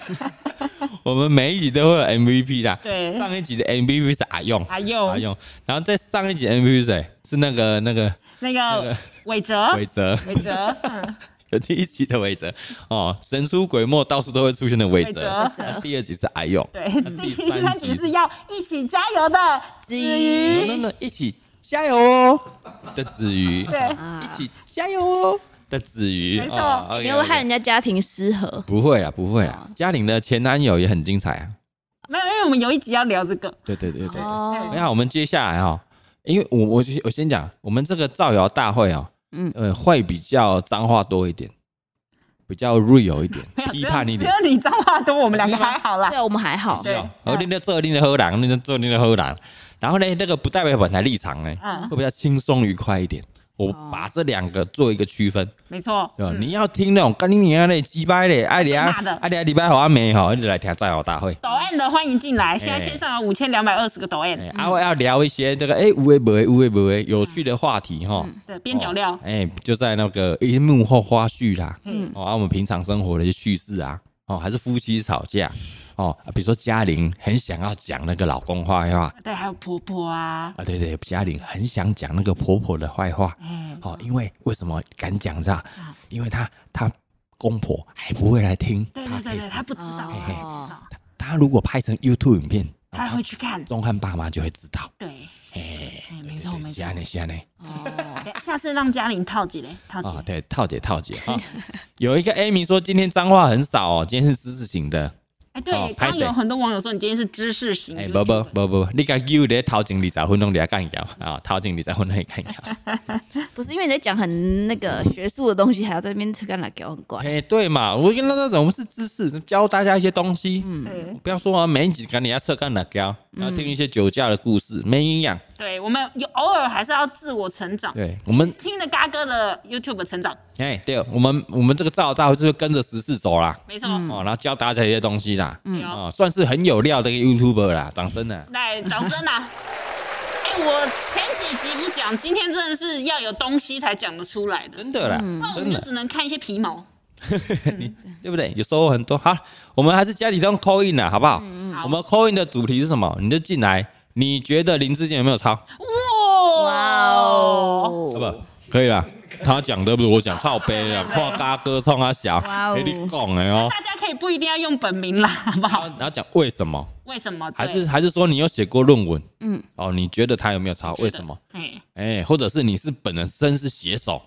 我们每一集都会有 MVP 啦。
对
上一集的 MVP 是阿用，
阿用
阿用。然后在上一集 MVP 是谁？是那个那个
那
个
个韦哲，
韦哲，
韦哲，嗯
有 第一集的韦哲哦，神出鬼没，到处都会出现的韦
韦
哲。
哲，
那第二集是阿用，
对，
第
第
三
三
集
集是要一起加油的
至
子
于
瑜，
等等，一起加油哦的子瑜，
对，
啊
一起加油哦的子瑜，
没错
哦
你
OK，
会不会害
OK
人家家庭失和。
不会啦，不会啦
哦，
嘉玲的前男友也很精彩啊。
没有，因为我们有一集要聊这个，
对对对对对。
哦
没，有，我们接下来哈、因为我我就我先讲，我们这个造谣大会啊、
嗯
呃，会比较脏话多一点，比较 real 一点，批判一点
只。有你脏话多，我们两个还好 啦
对，。啊我们还好。
对
哦，你在这，你在喝狼，你在这，你在喝狼。然后呢，那个不代表本台立场呢，
嗯
会比较轻松愉快一点。我
哦
把这两个做一个区分，
没错，
对吧？你要听那种干你娘嘞、鸡掰嘞、爱聊
骂的
爱聊礼拜好阿美好，你就来听造谣大会。
抖 M 的欢迎进来，现在线上有五千两百二十个抖
哎
M，，
阿伟要聊一些这个哎，无为不为，无为不为有趣的话题哈。
对，边角料
哦，哎、就在那个一些幕后花絮啦，
嗯
哦，啊，我们平常生活的一些趣事啊，哦，还是夫妻吵架，哦，啊比如说嘉玲很想要讲那个老公坏话
对，还有婆婆啊，
啊，对对，嘉玲很想讲那个婆婆的坏话，
哎，
哦，因为为什么敢讲这样？
啊
因为她她公婆还不会来听
对
她
对
开
对
始
对，，他不知道，
嘿嘿
哦，
她如果拍成 YouTube 影片，
他会去看，
钟汉爸妈就会知道，
对，
哎，
哎，没
对
错
对
没
是
错
安，尼是安尼。
哦，
对下次让嘉玲套几嘞，套
啊、
几，
对，哦套姐套姐哈，有一个 Amy 说今天脏话很少哦，今天是知识型的，
哎，对，
拍
刚
谁
有很多网友说你今天是知识型
哎，
YouTuber，
不不不不，你甲揪咧头前二十分钟你来干掉啊，头前二十分钟你干掉。
不是因为你在讲很那个学术的东西，还要在那边扯干来给我很怪。
哎，对嘛，我跟那种是知识，教大家一些东西。
嗯
不要说啊，每一集跟人家扯干哪胶，然后听一些酒驾的故事，没营养。
对，我们有偶尔还是要自我成长，
对我们，
听着嘎哥的 YouTube 成长，
哎，对我们，我们这个赵照就是跟着时事走啦，
没错。
哦，然后教大家一些东西啦，
嗯
啊，算是很有料的一个 YouTuber 啦，掌声啊！
来，掌声 啊！哎、我前几集不讲，今天真的是要有东西才讲得出来的，
真的啦，
那我
真
们就
的，
只能看一些皮毛。
对不对？有收获很多。好，我们还是家里用 call in 啊啦，好不好？
好
我们 call in 的主题是什么？你就进来，你觉得林志健有没有抄？
哇
哇
哦！
好不好
哦！？
可以啦，他讲的不是我讲，靠背啦，靠嘎哥冲他小，
哇哦
哎，你讲的哦。
大家可以不一定要用本名啦，好不
然后
好？
然后讲为什么？
为什么？对
哦还是还是说你有写过论文？
嗯，
哦，你觉得他有没有抄？为什么？？
觉得哎，
哎、或者是你是本身是写手？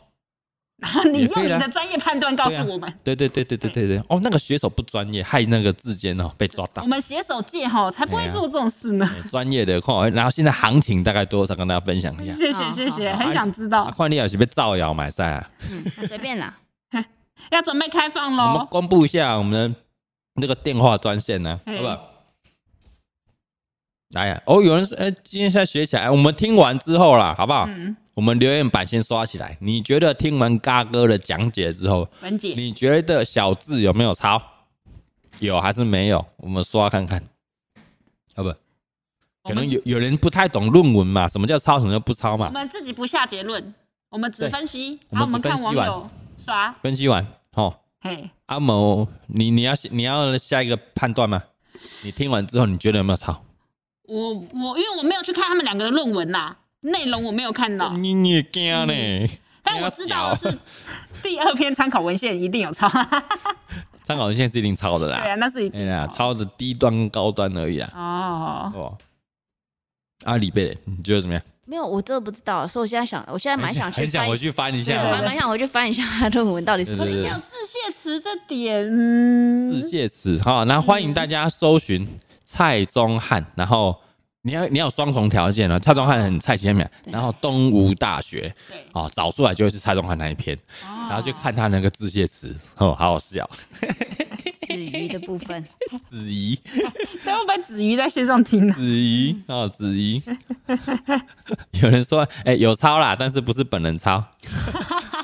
然后 你
也可
用
以
你
啦
的专业判断告
对啊
诉我们。
对对对对对对对。哦，那个写手不专业，害那个志坚哦被抓到
我。们写手界哈，才不
哎
会
呀
做这种事呢。
哎专、业的看，然后现在行情大概多少？跟大家分享一下。
谢
好
谢
好
谢谢，
好
很想知
哎啊，
道，
换你也是被造谣买赛啊！
嗯随便啦。
要准备开
我
放
们
喽。
公布一下我们的那个电话专线呢、
嗯
好不好？来呀、哦，有人说，哎、今天现在学起来，我们听完之后啦，好不好？
嗯，
我们留言板先刷起来。你觉得听完嘎哥的讲解之后，
文姐，
你觉得小智有没有抄？有还是没有？我们刷看看。啊不，可能有有人不太懂论文嘛，什么叫抄，什么叫不抄
我
嘛？
们自己不下结论，我们只
对
分析，
我
然
们
后我们
只分
看
析
网
完
友刷，
分析完，哦，
嘿，
阿某，你你要你要下一个判断吗？你听完之后，你觉得有没有抄？
我我因为我没有去看他们两个的论文呐，内容我没有看到，
你你也惊
嗯
呢？
但我知道的是第二篇参考文献一定有 抄，
参考文献是一定抄的
对
啦
啊，，那是一
哎
定
呀，
有
抄的低端跟高端而已啦。
哦，
哦，阿里贝，你觉得怎么样？
没有，我真的不知道，所以我现在想，我现在蛮想去
很想
翻
回，去翻一
对，
下
我还
哦。
蛮想回去翻一下他论文到底是
对对
有致谢词这点，嗯，
致谢词哈，那欢迎大家搜寻蔡宗翰，然后你要你要有双重条件啊，蔡宗翰很蔡奇美，
对
然后东吴大学
对，
哦，找出来就会是蔡宗翰那一篇，然
哦
然
后去看他那个致谢词哦，好好笑，
子瑜的部分。
子怡
会不会子瑜在线上听呢？啊
子怡哦，子怡， 有人说哎、有抄啦，但是不是本人抄，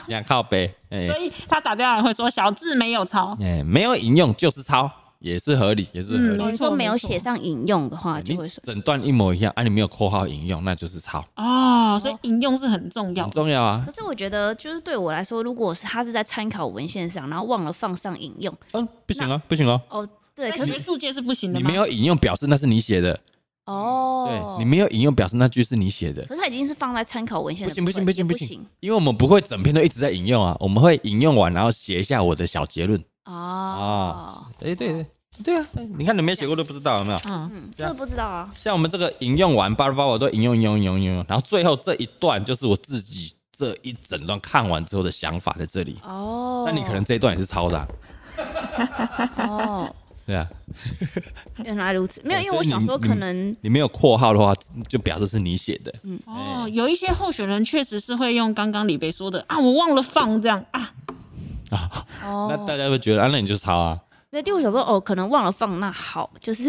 想靠背哎
所以他打电话来会说小智没有抄，
哎，没有引用就是抄，也是合理，也是合理。
嗯
如果
没错
说没有
没错
写上引用的话，
你
嗯就会说
整段一模一样啊！你没有括号引用，那就是抄，
哦，所以引用是很重要
很。重要啊
可。是我觉得，就是对我来说，如果是他是在参考文献上，然后忘了放上引用，
嗯，不行啊，不行哦，
哦，对，
在
可
学
是
术界是不行的
你
吗
没？有引用表示那是你写的，
哦
对，你没有引用表示那句是你写的，
可是他已经是放在参考文献
不
的
行
部
不
分，
行不行
也不
行，因为我们不会整篇都一直在引用啊，我们会引用完然后写一下我的小结论啊
哦，。
哎，对对对啊，你看你没写过都不知道有没有？
嗯，
嗯，
这样
这个不知道啊，
像我们这个引用完巴拉巴拉我都引用引用引用引用，然后最后这一段就是我自己这一整段看完之后的想法在这里。
哦，
那你可能这一段也是抄的啊，
哦，
对啊。
原来如此，没有，
对
因为
所
我
以
想
你
说
你
可能
你没有括号的话，就表示是你写的。哎
哦，有一些候选人确实是会用刚刚李贝说的啊，我忘了放这样啊，
哦
那，大家会觉得啊，那你就抄啊。
对，因为我想说哦，可能忘了放，那好， 就是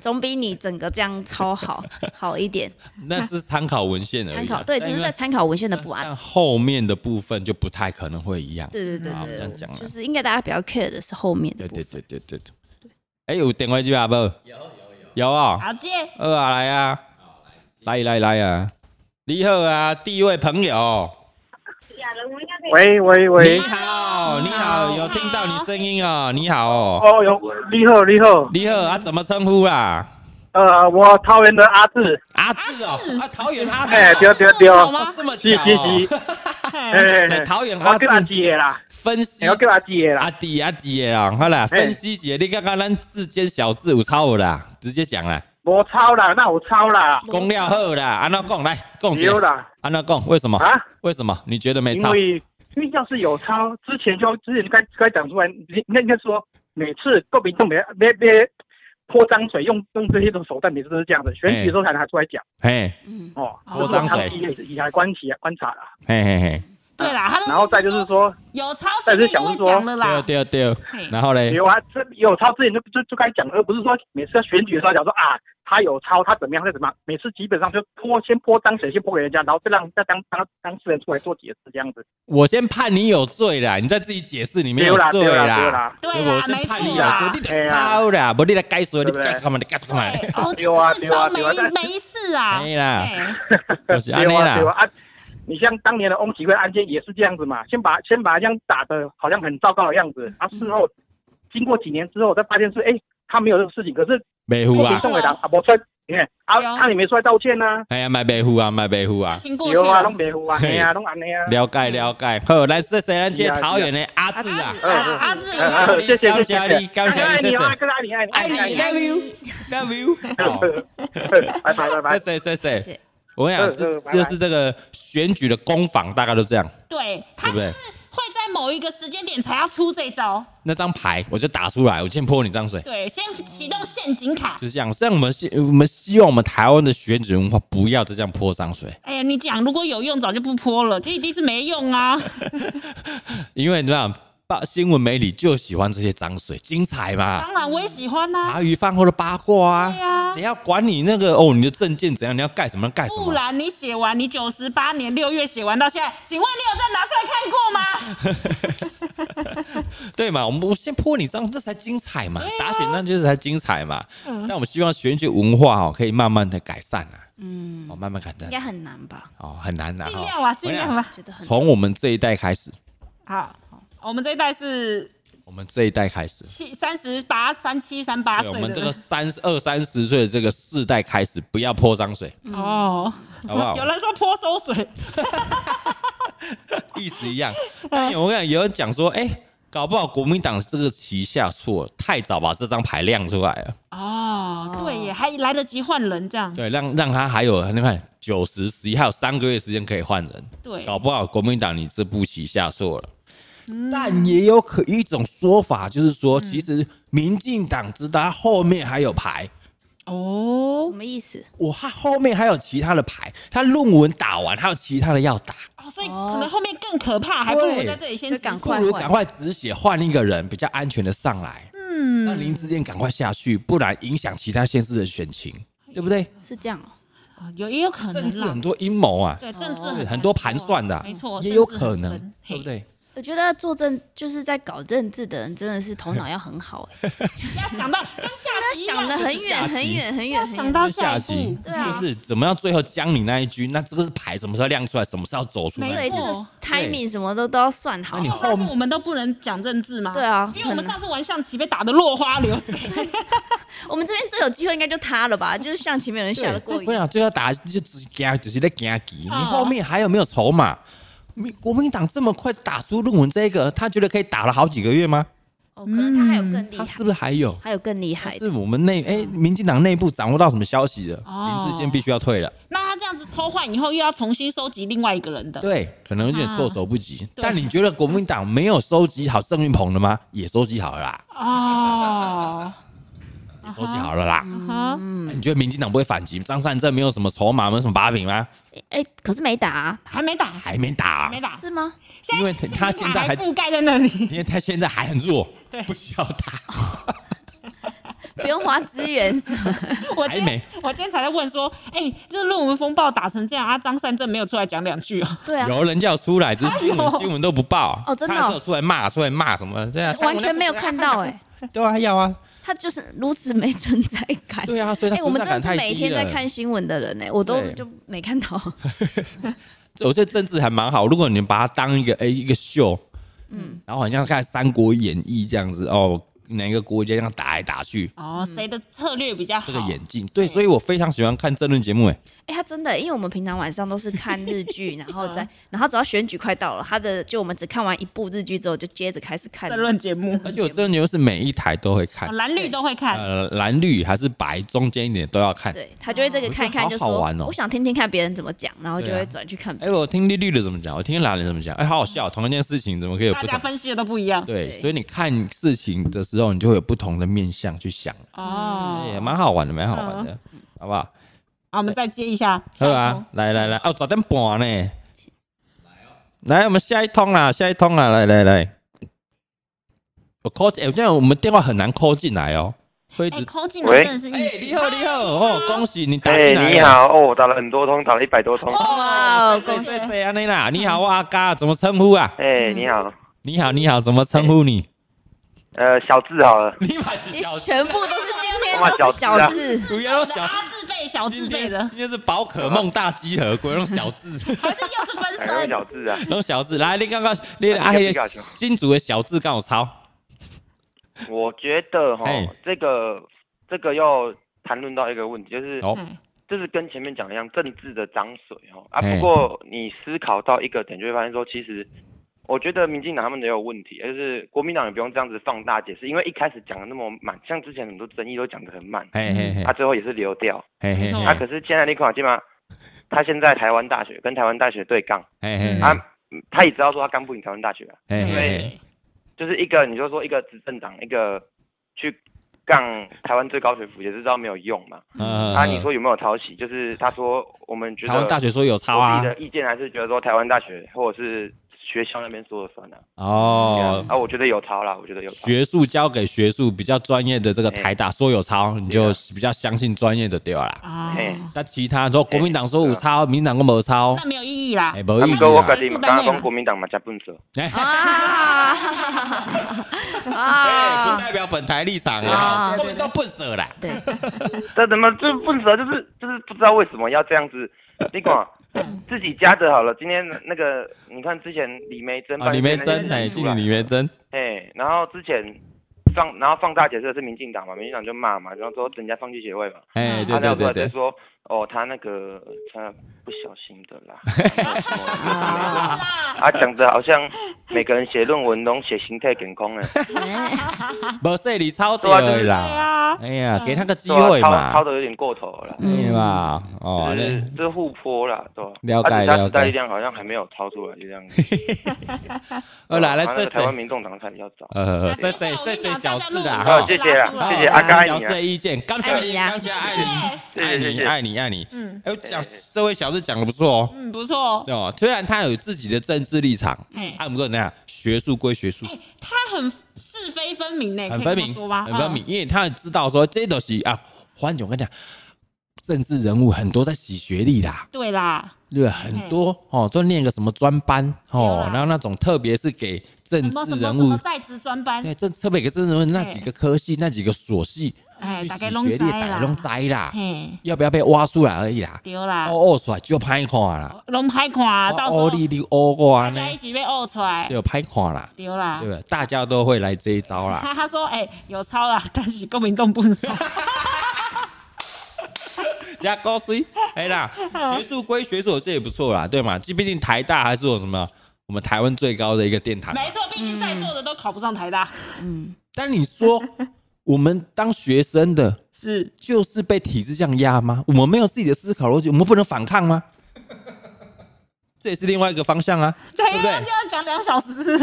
总比你整个这样 抄好好一点。
那只是参考文献而已啊、
参考对，只
但
是
因
在
为
参考文献的不安。
但后面的部分就不太可能会一样。
对对对
好这样
对
讲啊
对，就是应该大家比较 care 的是后面的
对
部分
对。对对对对。哎、有电话机吧？不？有有有有
哦
啊、
好接
二啊，来啊，来来来啊，你好啊，第一位朋友，
喂喂喂
你！好，你好，有听到你声音哦，你好哦，
哦哟，你好你好，
你好啊，怎么称呼啦？
呃，我桃园的阿志，
阿志哦，啊，桃园阿志
哎，
哦，
对对对，
好
哦
吗？
这么巧
是是
哦，
是，
嘿
哎
哎，
桃园阿
我
志啊
叫阿志的啦，
分析
哎我叫阿志的
阿
啦，哎
弟阿弟的啦，好啦，
嘿
分析姐，你刚刚咱字间小字有抄的啦，直接讲啦，
无抄啦，那有抄啦，
讲了好啦，安怎讲来，讲一
丢
下，
啦
安怎讲，为什么？
啊！
为什么？你觉得没
因
抄？
为因为要是有抄，之前就之前就该该讲出来，应该应该说每次国民党要要要泼脏水，用用这些种手段，每次都是这样的。选举的时候才拿出来讲
嘿，
嗯，
哦，
哦
泼脏水
也是以来观其啊观察啦。
嘿嘿嘿，
对啦，他的
然后再就是说，
有超前面就会讲了啦，
对对对，
嘿
然后嘞，
有啊，这有抄之前就就就该讲，而不是说每次要选举的时候讲说啊，他有抄，他怎么样，他怎么样，每次基本上就泼先泼脏水，先泼给人家，然后再让再当当当事人出来做解释这样子。
我先判你有罪啦，你再自己解释你没
对
有
啦，
罪
对啦，对啦，
对
如果我
啦，
是啊
没
判
错
你有罪
啦，。
你
哎
得
呀
抄啦，不你来解说，你
对不对
解他们，你解他们，
对，哦，
对啊对啊
每
对啊但
每一次啊，
哎啦，
嘿
就是安
对
尼
啊，对啊
啦，
啊。你像当年的翁启惠案件也是这样子嘛，先把先把人家打的好像很糟糕的样子，啊，事后经过几年之后，再发现是哎、他没有这个事情，可是
白
不
付
给
啊，
宋伟达啊，不出来，你看啊，
对哦
他也没出来道歉呐、啊，
哎呀，卖白付啊，卖白付啊，
请过去
有啊，拢
了。
没有啊，哎呀，拢 安尼啊。
了解了解，好，来说谁咱接
是啊
桃园的阿志啊，
嗯嗯
阿志，
嗯嗯 嗯谢谢
感
谢
谢你，
谢，
感谢
爱
你，
你
谢
哦，
谢
爱。哥爱你哎爱你
哎爱你，love you，love you 哦。
拜拜拜拜。
谢谢谢
谢
谢
谢。
我跟你讲，
嗯嗯
这
拜拜
就是这个选举的攻防，大概都这样。
对他
对
就
不对
是会在某一个时间点才要出这招，
那张牌我就打出来，我先泼你脏水，
对，先启动陷阱卡。
就是这样。这样我们希我们希望我们台湾的选举文化不要再这样泼脏水，
哎呀，你讲如果有用，早就不泼了，这一定是没用啊。
因为你知道，报新闻媒体就喜欢这些脏水，精彩嘛。
当然我也喜欢啊呐、
茶余饭后的八卦
啊对啊
啊，谁要管你那个哦？你的证件怎样？你要盖什么盖什
不
么？
然你写完，你九十八年六月写完到现在，请问你有再拿出来看过吗？
对嘛？我们我先泼你脏，这才精彩嘛！打选战就是才精彩嘛。
嗯
但我们希望选举文化哦，可以慢慢的改善啊，
嗯
哦，，慢慢改善
应该很难吧？
哦，很难拿
尽量
哦。
啦，尽量啦。
觉得很
从我们这一代开始，
好，我们这一代是
我们这一代开始，
七三十八、三七、三八
对
岁
我
的。
们这个三十二三十岁的这个世代开始，不要泼脏水，
哦，
好不好
有？人说泼馊水，
意思一样。但有我跟你讲，有人讲说，哎、搞不好国民党这个旗下错了，太早把这张牌亮出来了，
哦，对耶，还来得及换人这样，
对，让让他还有你看九十十一还有三个月时间可以换人，
对，
搞不好国民党你这步棋下错了。但也有可一种说法，就是说，其实民进党知道他后面还有牌，
哦
什，么意思？
我他后面还有其他的牌，他论文打完还有其他的要打，
哦，所以
哦
可能后面更可怕，还不如
对
在这里先
所以
赶
赶
不
快
如
换
赶快止血，换一个人比较安全的上来，让
嗯，
林志坚赶快下去，不然影响其他县市的选情，
哎
对不对？
是这样哦。
哦有也有可
政
能
治
啦
很，多阴谋啊，
对，政治
对
很
很多盘算的啊、
没错，
也有
政治很
可能
深，
对不？
嘿
对？
我觉得做政就是在搞政治的人，真的是头脑要很好哎、
要想 到跟下棋一样
想的很
下
远
棋
很远很远
要
很
想
远。
到
就是
下一
棋
步，
对啊
就是怎么样最后将你那一军，那这个是牌什么时候亮出来，什么时候走出
没
来哦
对，
错
这个 timing 什么都都要算好
那。你
但是我们都不能讲政治吗？
对啊
因为我们上次玩象棋被打得落花流水，
我们这边最有机会应该就他了吧？就是象棋没有人下得过
对不
瘾。
然最后打就只惊，只是在惊棋。你
啊
后面还有没有筹码？民国民党这么快打出论文这一个，他觉得可以打了好几个月吗？
哦，可能他还有更厉
嗯
他
害，
是不是还有？
还有更厉害的。
是我们内哎、民进党内部掌握到什么消息了？
哦
林志坚必须要退了，
那他这样子抽换以后，又要重新收集另外一个人的。
对，可能有点措手不及。但
啊对
你觉得国民党没有收集好郑运鹏的吗？也收集好了啦，
啊哦，
也收集好了啦。
嗯
啊哈
你觉得民进党不会反击？张善政没有什么筹码，没有什么把柄吗？
哎、可是没打、啊，
还没打，
还没打、啊
还没打，
是吗？
因为他他现在还
还覆盖在那里。
因为他现在还很弱
对，
不需要打。
不用花资 源是吗？
我今
还没
天我今天才在问说，哎、这论文风暴打成这样啊，张善政没有出来讲两句哦、
对啊，哎
有人叫出来，只是新闻新闻都不报。
哦真的哦
他还是有出来骂，出来骂什么？对啊，
完全没有看到哎、
对啊，要啊，
他就是如此没存在感。
对啊，所以
哎、
他
我
存
们
在
真
感
的是
太低了。
每天在看新闻的人哎、我都
对
就没看到。
我觉得政治还蛮好，如果你把它当一个哎、一个秀，嗯，然后好像看《三国演义》这样子哦，哪个国家这样打来打去，
嗯
哦，谁的策略比较好？
这个演技对，所以我非常喜欢看政论节目哎、
哎、他真的、因为我们平常晚上都是看日剧，然 后再，然后只要选举快到了，他的就我们只看完一部日剧之后，就接着开始看
争论节目，
而且我政论节目是每一台都会看
哦，蓝绿都会看。
呃，蓝绿还是白中间一点都要看。
对他就会这个看一看，
我
就
觉得
说
好好玩哦
我想听听看别人怎么讲，然后就
对啊
会转去看别
哎、
人。
我听绿绿的怎么讲，我听蓝的怎么讲，哎、好好笑，同一件事情怎么可以有
大
不
家
同？
分析的都不一样，
对，
对
所以你看事情的时之后，你就会有不同的面向去想，
哦，
也蛮好玩的，蛮好玩的，好不好？
好，我们再接一下，下
好
一
啊
通，
来来来，哦，早点半呢。来，我们下一通啦，下一通啦，来来来，我 call 进，哎这样我们电话很难 call 进来哦，会一
哎、
直。
扣进来
喂
真的是
哎、
运气
你好，你好，哦，恭喜你打
哎、
进来了。哎
你好，哦，我打了很多通，打了一百多通。
哇哦，恭喜！
谢谢安妮啦，你好，我阿嘎，怎么称呼啊？
哎、你好，
你好，你好，怎么称呼你？
呃，小智 好了，
你把是
你
小，
全部都是今天
哇
都是
小
小
字
字，
不
我
要
的
小，
阿字辈小字
今
辈
天
的，
今天是宝可梦大集合，鬼用小 字，
还是又是分
哎我
身？
小智啊，
用小字。来，你刚刚你
啊
阿
你
黑
个皮卡丘
新竹的小字刚我抄，
我觉 得哈
哎，
这个这个要谈论到一个问题，就是
哦，
哎
就是跟前面讲的一样，政治的脏水哈啊。
哎
不过你思考到一个点，就会发现说，其实我觉得民进党他们也有问题，就是国民党也不用这样子放大解释，因为一开始讲的那么满，像之前很多争议都讲得很满，
嘿嘿嘿
他、啊、最后也是流掉。
嘿嘿
啊，
嘿
可是现在你看基本上他现在台湾大学跟台湾大学对杠，
嘿嘿
啊，嗯他也知道说他刚不赢台湾大学、啊，
嘿嘿嘿
因为就是一个你就说一个执政党，一个去杠台湾最高学府，也是知道没有用嘛。
嗯
啊，你说有没有抄袭？就是他说我们觉得
台湾大学说有抄
我
啊
自己？的意见还是觉得说台湾大学或者是学校那边说了算了、啊
哦，
啊，我觉得有抄啦，我觉得有抄。
学术交给学术比较专业的这个台大说有抄，你
啊
就比较相信专业的对了啦。
啊，
嘿
但其他说国民党说有抄，民进党都没抄，
那没有意义啦
哎，。无
啊，
意
不
义
过我
啦
家。己嘛，刚刚讲国民党嘛，加笨手。
哎
啊
哎，不
啊！
代表本台立场
啊
啊，根本都笨死啦。
对，
这怎么这不知道，就是就是不知道为什么要这样 子。你管
嗯
自己家的好了，今天那个你看之前李梅珍
啊，李梅珍，哎，
哎，
进李梅珍，
哎，然后之前放然后放大解释的是民进党嘛，民进党就骂嘛，然后说人家放弃协会嘛，
哎，对对
啊他跳出
对
来就
对，
说哦他那个他不小心的啦，
啊
啊讲的好像每个人写论文都写形态健康哎，
没说你抄对
对
啦。
啊，
哎呀，给他个 机
对啊
会
抄抄嗯
嘛，
的有点过头了啦。
对吧？哦
就，是
那
就是互泼啦，对吧？
了解
啊只是他
了
时代
解
力量好像还没有超出来，就这样子。
呃，来来，
啊那
谢
个台湾
谢，
民众党才比较早。
呃，谢谢谢谢小
哎
智啊，
好，
哈
哦谢谢啦
好啦，
谢谢阿甘，
小
你
智
啊
的意见，感谢你，感
啊
谢爱你，爱你，爱你，爱你。
嗯
哎，讲这位小智讲的不错哦，
嗯，不错。
哦，虽然他有自己的政治立场，
哎
按不过那样，学术归学术，
他很是非分明呢，
很
哎可
分
以这么
明，
说吗？嗯
很分明，因为他知道说这都是啊，黄总跟你讲，政治人物很多在洗学历啦
嗯，，对啦，
对吧，很多哦都念个什么专班
对
哦
啊，
然后那种特别是给政
什么
治
什么
人
什么
物。
在职专 班，
对，这特别给政治人物那几个科系、那几个所系，
哎
去
大
洗
家都
学历的
知啦
大家都知啦，
嘿，
要不要被挖出来而已啦。
对啦，
哦，出来就拍看啦，
拢歹看啊，到时候
哦，你你哦我
大
呢
家，一起被啊呕出来，
就拍看啦。
对啦
对。吧？大家都会来这一招 啦。
他他说：“哎、有抄啦，但是国民党不能 抄。
加高追，哎 啦，
哦
学术归学术，这也不错啦，对嘛？毕竟台大还是有什么我们台湾最高的一个殿堂。
没错，毕竟在座的都考不上台大。
嗯，
但你 说我们当学生的，
是，
就是被体制这样压吗？我们没有自己的思考逻辑，我们不能反抗吗？ 这也是另外一个方向啊，
对
对不
呀，
对
就？要讲两 小时。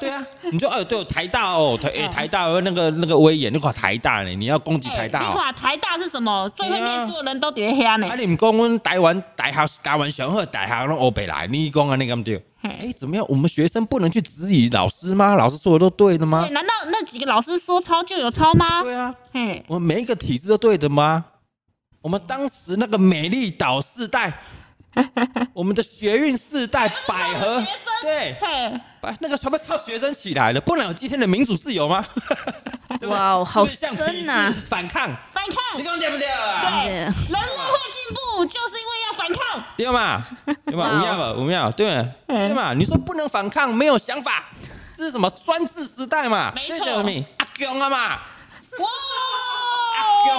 对啊，你说哎，对哦，台大
嗯
哦，台、哎台大那个那个威严，你垮台大呢？你要攻击台大
哎
哦
你？看台大是什么？最会
对啊
念书的人都伫咧遐呢
啊，。你唔讲阮台湾大学台湾上好大学拢欧北来，你讲安尼咁对？哎、
嘿
怎么样？我们学生不能去质疑老师吗？老师说的都对的吗
对，？难道那几个老师说抄就有抄吗？
对啊，
嘿，
我们每一个体制都对的吗？我们当时那个美丽岛世 代，我们的学运世代，百合
学生，
对，
嘿，
百那个全部靠学生起来了，不然有今天的民主自由吗？ 对不对
哇哦好
是不是像体
深
制
啊
反抗，
反抗，
你
人
讲对不对啊？
对
类会进步，就是因为要反抗。
对嘛？对
哇
嘛？
哦嗯
五样吧，五样，对嘛？对嘛？你说不能反抗，没有想法，这是什么专制时代嘛？
没
这
错
是什么？阿强啊嘛，阿强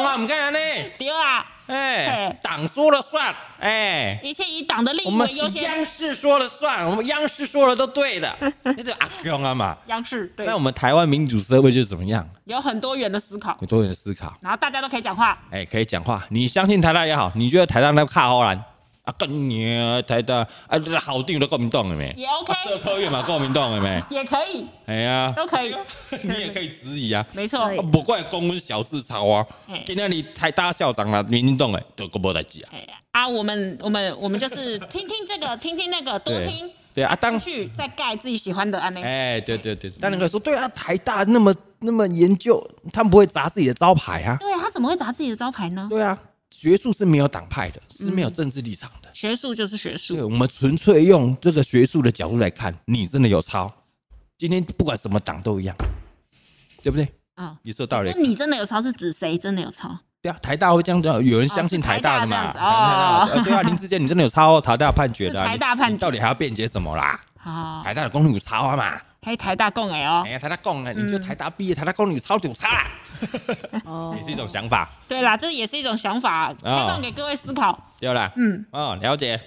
哇！
啊，唔该安尼，
对啊，
哎
嘿，
党说了算，哎。
一切以党的利
我
益
们
为优先。
央视说了算，我们央视说了都对的， 那就阿强啊嘛。
央视对
那我，们台湾民主社会就是怎么样？
有很多元的思考，
有多元的思考，
然后大家都可以讲话。
哎，可以讲话。你相信台大也好，你觉得台大那个卡荷兰，啊，干你啊台大啊，这好定都国民党的没？
也 OK，
啊社科院嘛，国民党的 没？
也可以，
哎呀，
都可以，
你也可以质疑啊。
没错
可以
啊，不怪公文小字抄啊
嘿，
今天你台大校长啦，民进党诶，都个无代志啊。
哎啊，我们我们我们就是听听这个，听听那个，多
对
听
对啊，当
进去，再盖自己喜欢的安内。
哎，对对
嗯
对，当然可以说，对啊，台大那么那么研究，他们不会砸自己的招牌啊。
对啊，他怎么会砸自己的招牌呢？
对啊，学术是没有党派的，是没有政治立场的。
学术就是学
对，
术，
我们纯粹用这个学术的角度来看，你真的有抄。今天不管什么党都一样，对不对？
嗯，
也是有道理
那
的。
你真的有抄是指谁真的有抄？
对啊，台大会这样讲，有人相信
哦是
台大的嘛？
台大这样子
台大的呃对啊，林志坚，你真的有抄台大判决的啊？
是台大判决
你到底还要辩解什么啦？
好，
台大的公女抄啊嘛，
嘿，台大共哎哦
哎，呀，台大共啊，你就
嗯
台大毕业，台大公女抄就抄啦，
哦
也是一种想法，
对啦，这也是一种想法，
啊
开放给各位思考。
对啦。
嗯，
哦，了 解，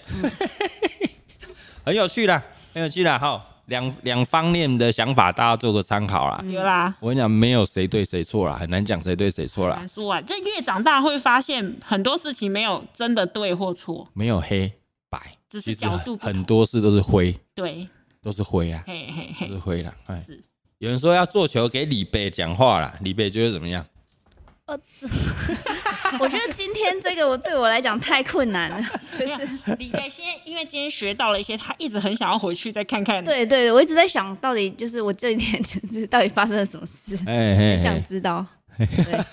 很有趣啦，很有趣啦，哈，两两方面的想法，大家做个参考啦。
有啦，
我跟你讲，没有谁对谁错啦，很难讲谁对谁错啦
难，说啊，这越长大会发现很多事情没有真的对或错，
没有黑白，
只
其
是
实
角度
很
不同
很多事都是灰，
对，
都是灰啊，
嘿嘿
都是
嘿，
灰啦。哎，
是
有人说要做球给李贝讲话啦，李贝觉得怎 么样？
呃，这我觉得今天这个我对我来讲太困难了， 就是
李白先，因为今天学到了一些，他一直很想要回去再看看。，
对对对，我一直在想到底就是我这一点 就是到底发生了什么事，
哎嘿
想
嘿，
知道。对，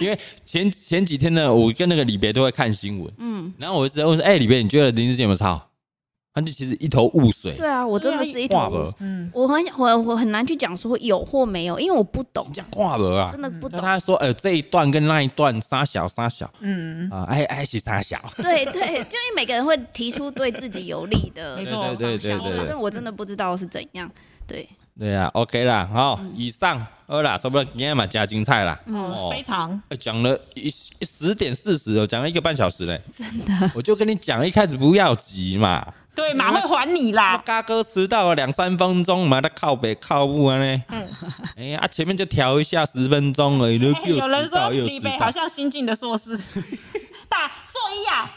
因为前前几天呢，我跟那个李贝都会看新闻，
嗯，
然后我就直接问说，哎，李贝，你觉得林志杰有没有抄？他就其实一头雾水，
对啊，我真的是一
挂
头雾
不
水，
嗯，
我很我我很难去讲说有或没有，因为我不懂
你，讲挂不啊
真？的不
那
懂。
他说，呃，这一段跟那一段杀小杀小
嗯，
啊，哎哎是杀小，
对对，就因为每个人会提出对自己有利 的
没
对
错
对对对
方向
对
反
对
正我真的不知道是怎样。对，
对啊，OK 啦，好，
嗯
以上好啦，差不多今天嘛加精彩啦，
哦，非常，
哎讲了一十点四十哦，讲了一个半小时嘞，真的，我就跟你讲，一开始不要急嘛，
对，马会还你啦。
嘎哥迟到了两三分钟嘛，他靠北靠步啊呢，哎呀，啊前面就调一下十分钟而已，都
嗯哎
又
有人
迟
说
到又
李
迟
北
到
好，像新进的 硕士，大硕一啊，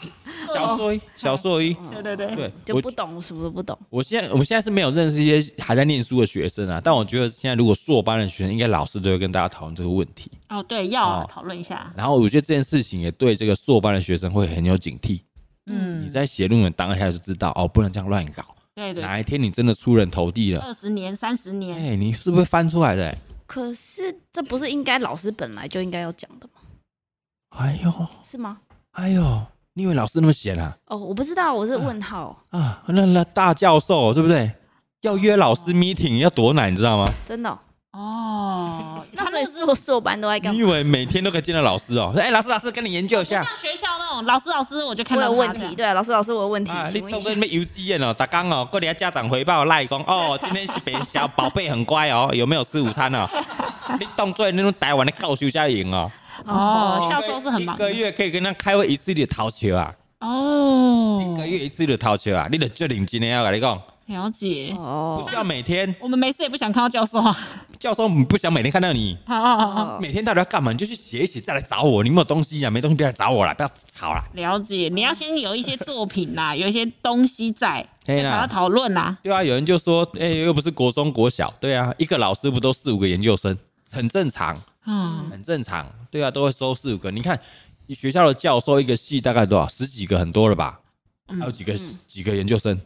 小硕一，小硕一，
对对对，
对，
就
我
不懂，我什么都不懂。
我现在我现在是没有认识一些还在念书的学生啊，但我觉得现在如果硕班的学生，应该老师都会跟大家讨论这个问题。
哦对，要啊
哦
讨论一下，
然后我觉得这件事情也对这个硕班的学生会很有警惕。
嗯
你，在写论文当下就知道哦，不能这样乱搞。
对嗯对，
哪一天你真的出人头地了，
二十年、三十
哎、
年，
你是不是翻出来的、
可是这不是应该老师本来就应该要讲的吗？
哎呦，
是吗？
哎呦，你以为老师那么闲啊？
哦，我不知道，我是问号，
啊，那那大教授对不对？要约老师 meeting 要多难，你知道吗？
真的哦、
哦，
嗯
那
他
所以
们
硕硕班都在干
你
嘛
以？为每天都可以见到老师哦？哎、老师，老师，跟你研究一下
像。学校那种老师老师，我就看
我
到
有
他
问
这样
题，，对、啊，老师老师我有 问题，
啊，你
请问
都
一下
跟那游记宴哦，打刚哦，过来家长回报赖讲哦，今天是北小宝贝很乖哦，有没有吃午餐哦？你当做那种台湾的教授家营哦，
哦，
哦
教授是很忙
一
的
个月可以跟他开会一次的逃球啊，一
哦
个，月一次的逃球啊，你得就领今天要跟你讲，
了解。
不
哦
需要每天
我们没事也不想看到教授啊，
教授不想每天看到你，
好好好好，
哦
每天到底要干嘛？你就去写一写再来找我，你有没有东西呀、啊没东西不要来找我啦，不要吵啦。
了解。你要先有一些作品啦，有一些东西在，
可以啦
再把它讨论啦。
对啊，有人就说，哎、又不是国中国小，对啊，一个老师不都四五个研究生，很正常。
嗯，
很正常，对啊，都会收四五个。你看学校的教授一个系大概多少？十几个，很多了吧？
嗯
还有几个、几个研究生，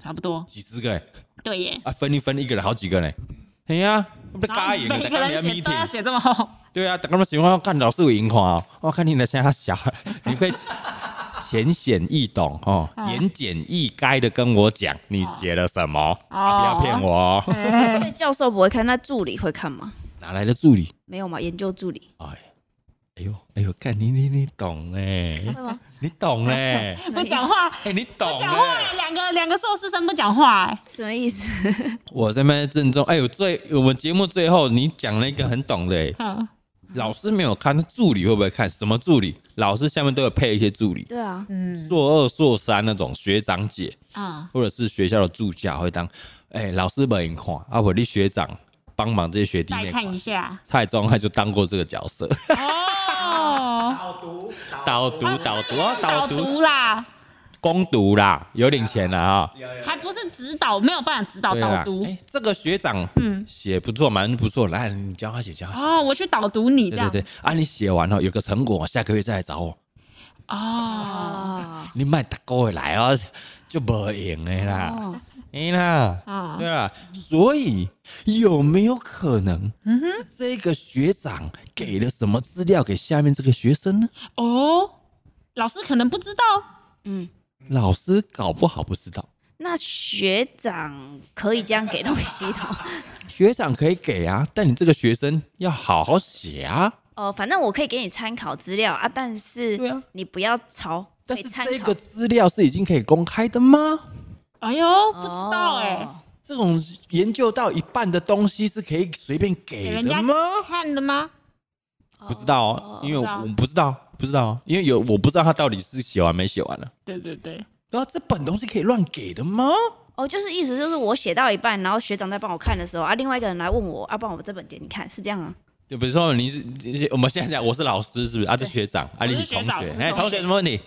差不多。
几十个哎、
对耶。
啊，分一分一个人好几个呢、哎呀、不是
然后
答应，
每
在
一个
跟
人
人
写都要
meeting，
写这么厚，
对啊，等他们喜欢看老师有赢看啊，我看你的现在小， 你可以浅显易懂哦，
嗯
言简意赅的跟我讲你写了什么，
哦
啊、不要骗我、 哦，
哎
所以教授不会看，那助理会看吗？
哪来的助理？
没有嘛，研究助理
哎，哎呦，哎呦，看你你你懂哎、
会 吗？
你懂哎、
不讲话，
哎、你懂
讲
哎、
话，两个两个硕士生不讲话，哎
什么意思？
我在那边郑重，哎、我最我们节目最后你讲了一个很懂的、哎
嗯，
老师没有看，那助理会不会看？什么助理？老师下面都有配一些助理，
对啊，
硕二、硕三那种学长姐，
啊，
或者是学校的助教会当，哎、老师没人看，啊，我的学长帮忙这些学弟
再
妹
看一
看。
下
蔡宗汉就当过这个角色，
哦。哦，
导读导读哦导
啊导
读
读啦，
攻读啦，有领钱了啊、
还不是指导，没有办法指导
对啦
啊导读。
哎这个学长
嗯，
写不错，蛮不错，来你教他写，教他写。
哦，我去导读你
对
这
对
样。
对，啊，你写完了有个成果，下个月再来找我。
哦
啊，
你卖大个月来哦， 就无用的啦，
哦，
哎啦，
啊
对啦，所以有没有可能
嗯哼
是这个学长给了什么资料给下面这个学生呢？
哦，老师可能不知道
嗯，
老师搞不好不知道，
那学长可以这样给东西的 哦。
学长可以给啊，但你这个学生要好好写啊。
哦，反正我可以给你参考资料啊，但
对
是
啊，
你不要抄，可
但
以
是
参
这
考
个。资料是已经可以公开的吗？
哎呦，不知道哎、
哦
这种研究到一半的东西是可以随便
给
给
人家
的吗？
看的吗？
不知道哦，因为我
不知道
我不知道，不知道哦，因为有我不知道他到底是写完没啊写完了。
对对对，
然哦后这本东西可以乱给的吗？
哦，就是意思就是我写到一半，然后学长在帮我看的时候啊，另外一个人来问我啊，帮我这本给你看，是这样啊？
就比如说你是你是我们现在讲我是老师是不是啊？这学长啊，
我
你
是
是同
学长
学
我，是
哎，
同
同学
学
有什么问题？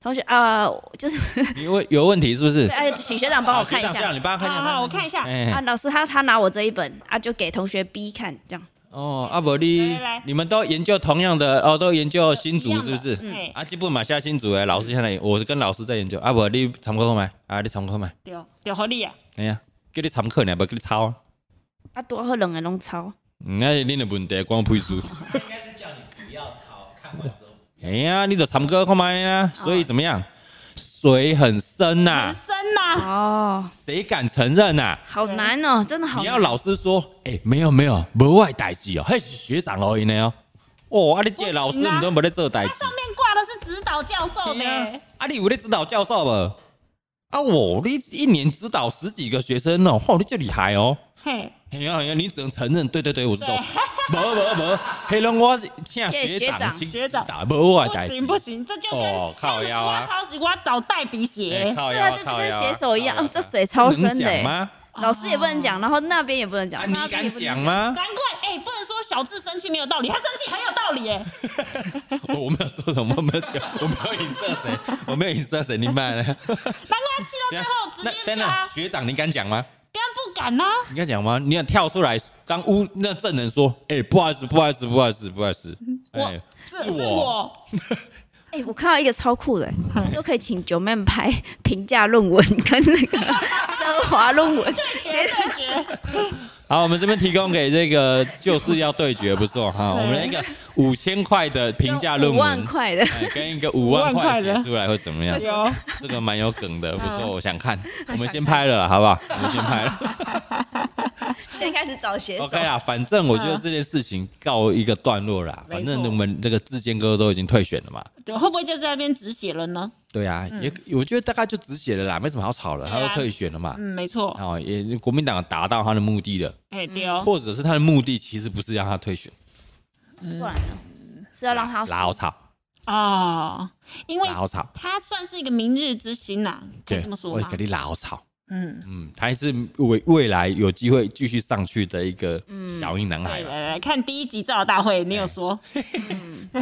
同学啊、就是
你问有问题是不是
对，？哎，请学长帮我看一
啊学长学
下
长你帮我
好
看一下，
好，我看一下。
啊，
哎，
老师他他拿我这一本啊，就给同学 B 看，这样
哦，阿伯你
来来
你们都研究同样的哦，都研究新
一
竹
样
是不
的
是？
嗯哎
啊，基本马下新竹哎，老师现在我是跟老师在研究，阿伯你参考看麦，啊，你参考看麦，
对对，合理啊。
哎呀，叫你参考呢，不叫你抄啊。
啊，多喝冷的弄抄。
嗯，那是恁的问题，关我屁事。应该是叫你不要抄，看完之后。哎啊呀，你都参考看嘛呀，所以怎么样？水很深呐、
很深呐、
哦，
谁敢承认呐、
好难哦，真的好
你
难。
要老师说，哎、没有没有，无我代志哦，迄是学长而已呢哦。哦，啊，你这个老师
不行啊
唔都无咧做代志。
上面挂的是指导教授呢、
哎呀啊，你有咧指导教授无？啊，我你一年指导十几个学生哦，吼，你最厉害哦。
嘿，
哎呀哎呀，你只能承认，对对对，我是 老师。无无无，黑龙我是请
谢
学
谢学长
长去
学长
指导，无我
不
的代志
行。不行，这就跟
哦靠腰啊
抄袭我倒带笔
哎
写，
靠
对
腰
啊，
啊
这就
靠
跟
腰啊
写手一样
靠腰
哦
啊，
这水超
能
深的
讲
欸，
吗？
老师也不能讲，然后那边也不能
啊，
讲，
你
那边
敢
也不能
讲。吗？
难怪哎、不能说小智生气没有道理，他生气很有道理 哎、
我我没有说什么，我没有讲，我没有影射谁，我没有影射谁，你妈的！
难怪他气到最后直接
等
就
等，
他，
学长，你敢讲吗？
根本不敢呐、啊
你敢讲吗？你敢跳出来当乌那证人说，哎，不好意思，不好意思，不好意思，不好意思，
嗯
哎，
是
是
是
我，
我，
哎、我看到一个超酷的，他说可以请九妹拍评价论文跟那 个升华论文，
绝对 绝，
好，我们这边提供给这个就是要对决，不错哈，我们一个五千块的评价论
五万
文。
块的，
哎，跟一个五万块写出来会怎么样？
有
这个蛮有梗的，不错，我想看。我们先拍了啦，好不好？我们先拍了。
现在开始找学手。
OK 啦，反正我觉得这件事情告一个段落啦。
没错
反正我们这个志坚哥都已经退选了嘛。
对，会不会就在那边止血了呢？
对啊，也我觉得大概就止血了啦，没什么好吵了，
对
他
啊
都退选了嘛。
嗯，没错，
哦，也国民党达到他的目的了，
哎、对哦，
或者是他的目的其实不是让他退选，
不然呢？是要让他
拉好
输
吵，
哦，因为
拉好吵，
他算是一个明日之星呐、可以这么说
我
吗
给？你拉好吵。
嗯，
嗯，他还是未未来有机会继续上去的一个
嗯
小硬男孩
对，
啦。
来来看第一集《造谣大会》，你有说，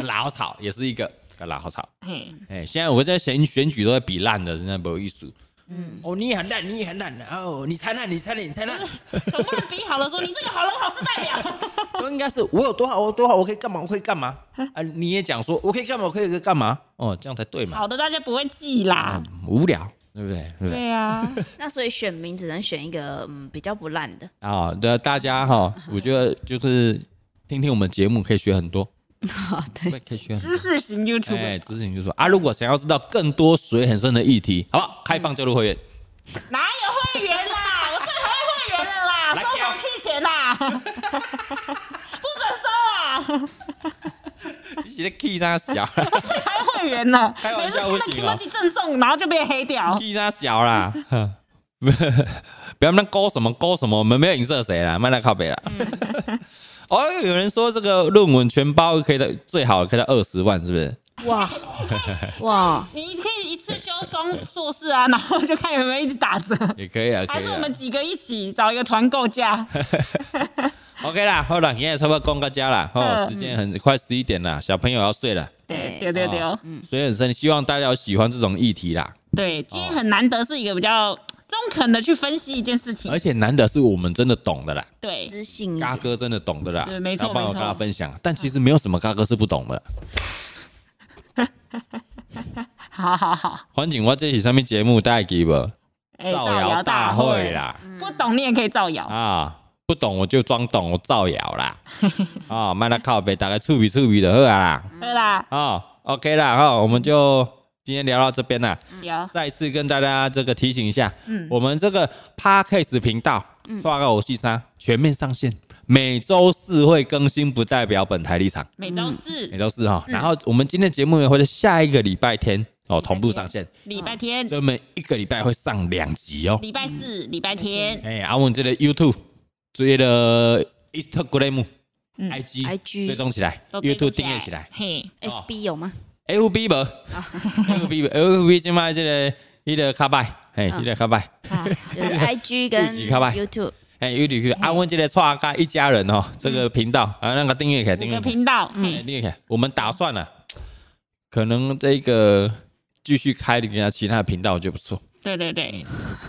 老草也是一个老草。
嘿，
哎、现在我在选选举都在比烂的，现在没有艺术。
嗯，
哦，你也很烂，你也很烂哦，你才烂，你才烂，你才 烂，
总不能比好了说你这个好人好事 代表，
就应该是我有多好，我有多好，我可以干嘛，我可以干嘛啊？你也讲说我可以干嘛，我可以干嘛？哦，这样才对嘛。
好的大家不会记啦
啊。，无聊，对不对？对不对？
对啊，
那所以选民只能选一个嗯比较不烂的，
啊，对大家哈，我觉得就是听听我们节目可以学很 多，
好对，
对，可以学很多。
知识型 YouTube，、
哎，咨询就说啊，如果想要知道更多水很深的议题，好不
嗯
好？开放加入会员，
哪有会员 啦？我最讨厌会员了啦，
来
收
给我
什么屁钱啦？不准收啊！
你写的 key 他 小，
最讨厌会员了，
开玩笑
每
不
次看
行
到
哦
Kimochi 赠送，然后就被黑掉。
key 他小啦， 哼不要那勾什么勾什么，我们没有影射谁啦，卖到靠北啦。
嗯
哦，有人说这个论文全包可以到最好可以到二十万，是不是？
哇哇，
你可以一次修双硕 士啊，然后就看有没有一直打折，
也可以啊，可
还
以
是
啊
我。们几个一起找一个团购价？
OK 啦，好了，今天也差不多讲到家了，哦，
嗯
时间很快十一点了，小朋友要睡了，
对
对
对对对哦，
水很深，希望大家有喜欢这种议题啦，
对，今天很难得是一个比较中肯的去分析一件事情
而，且难得是我们真的懂的啦，
对
知性
嘎哥真的懂的啦，
嗯对没错
然后帮我
没错
跟他分享，但其实没有什么嘎哥是不懂的。
好好好，
环境我这期上面节目带给我
哎，
谣大会，啦，
不懂你也可以造谣，
啊，不懂我就装懂，我造谣 啦，啊，卖到靠背，大概处比处比的好啊啦，
对啦，
啊，OK 啦，哈，我们就今天聊到这边啦。
有，
再次跟大家这个提醒一下，
嗯，
我们这个 Podcast 频道《刷个我戏三》全面上线，每周四会更新，不代表本台立场，
每周四
每周四
嗯
哈。然后我们今天节目也会在下一个礼拜天哦同步上线，
礼拜天、
专门一个礼拜会上两集哦。
礼拜四、礼拜天，
哎，啊，我们这个 YouTube 追了 Instagram、
嗯
IG、
IG
追踪起来
都追
，YouTube
踪哦
订阅起来
嘿，
FB
哦
有吗？
，FB 无，FB 无，FB 今麦这个迄个卡拜，哎，
嗯
迄个卡拜。
啊，就是
自
IG 跟
己看吧
YouTube
哎，YouTube
嗯
啊，问这个蔡阿嘎一家人哦，这个频道啊，那个订阅起来，订
五
阅
个
起来
频道，
哎
嘿，
订阅起来。我们打算呢，可能这个继续开一个其他的频道就不错。
对对对，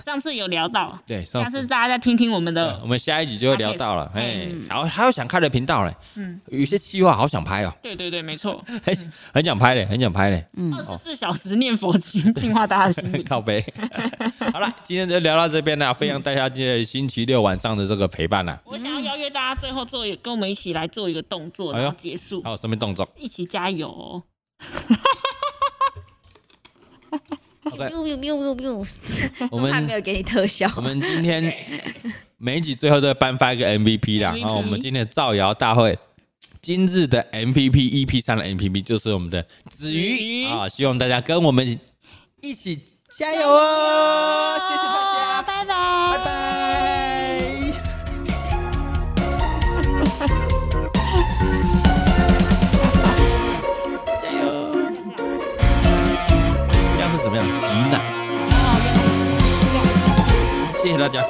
上次有聊到，
对，嗯上
下次
次
大家再听听我们
呃
的，
我们下一集就会聊到了。哎，
嗯
然后还有想开的频道嘞，
嗯，
有些计划好想拍哦，
对对对，没错，
很 很想拍嘞，很想拍嘞，，
二十四小时念佛经，净化大家的心灵
靠背。好了，今天就聊到这边
嗯
了，非常大家今天星期六晚上的这个陪伴了。
我想要邀约大家最后做一个，跟我们一起来做一个动作，
哎呦
然后结束
还，有什么动 作
一起加油哦！
？OK，
，biu biu biu biu，
我们
还没有给你特效，
我们今 天每一集最后都会颁发一个 MVP 啦。哦然
MVP
后我们今天的造谣大会，今日的 MVP EP 三的 MVP 就是我们的子
子
瑜
瑜
啊，希望大家跟我们一起加油哦！谢谢大家，
拜拜，
拜拜。加油！这样是什么样？挤奶。谢谢大家，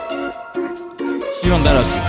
希望大家喜欢。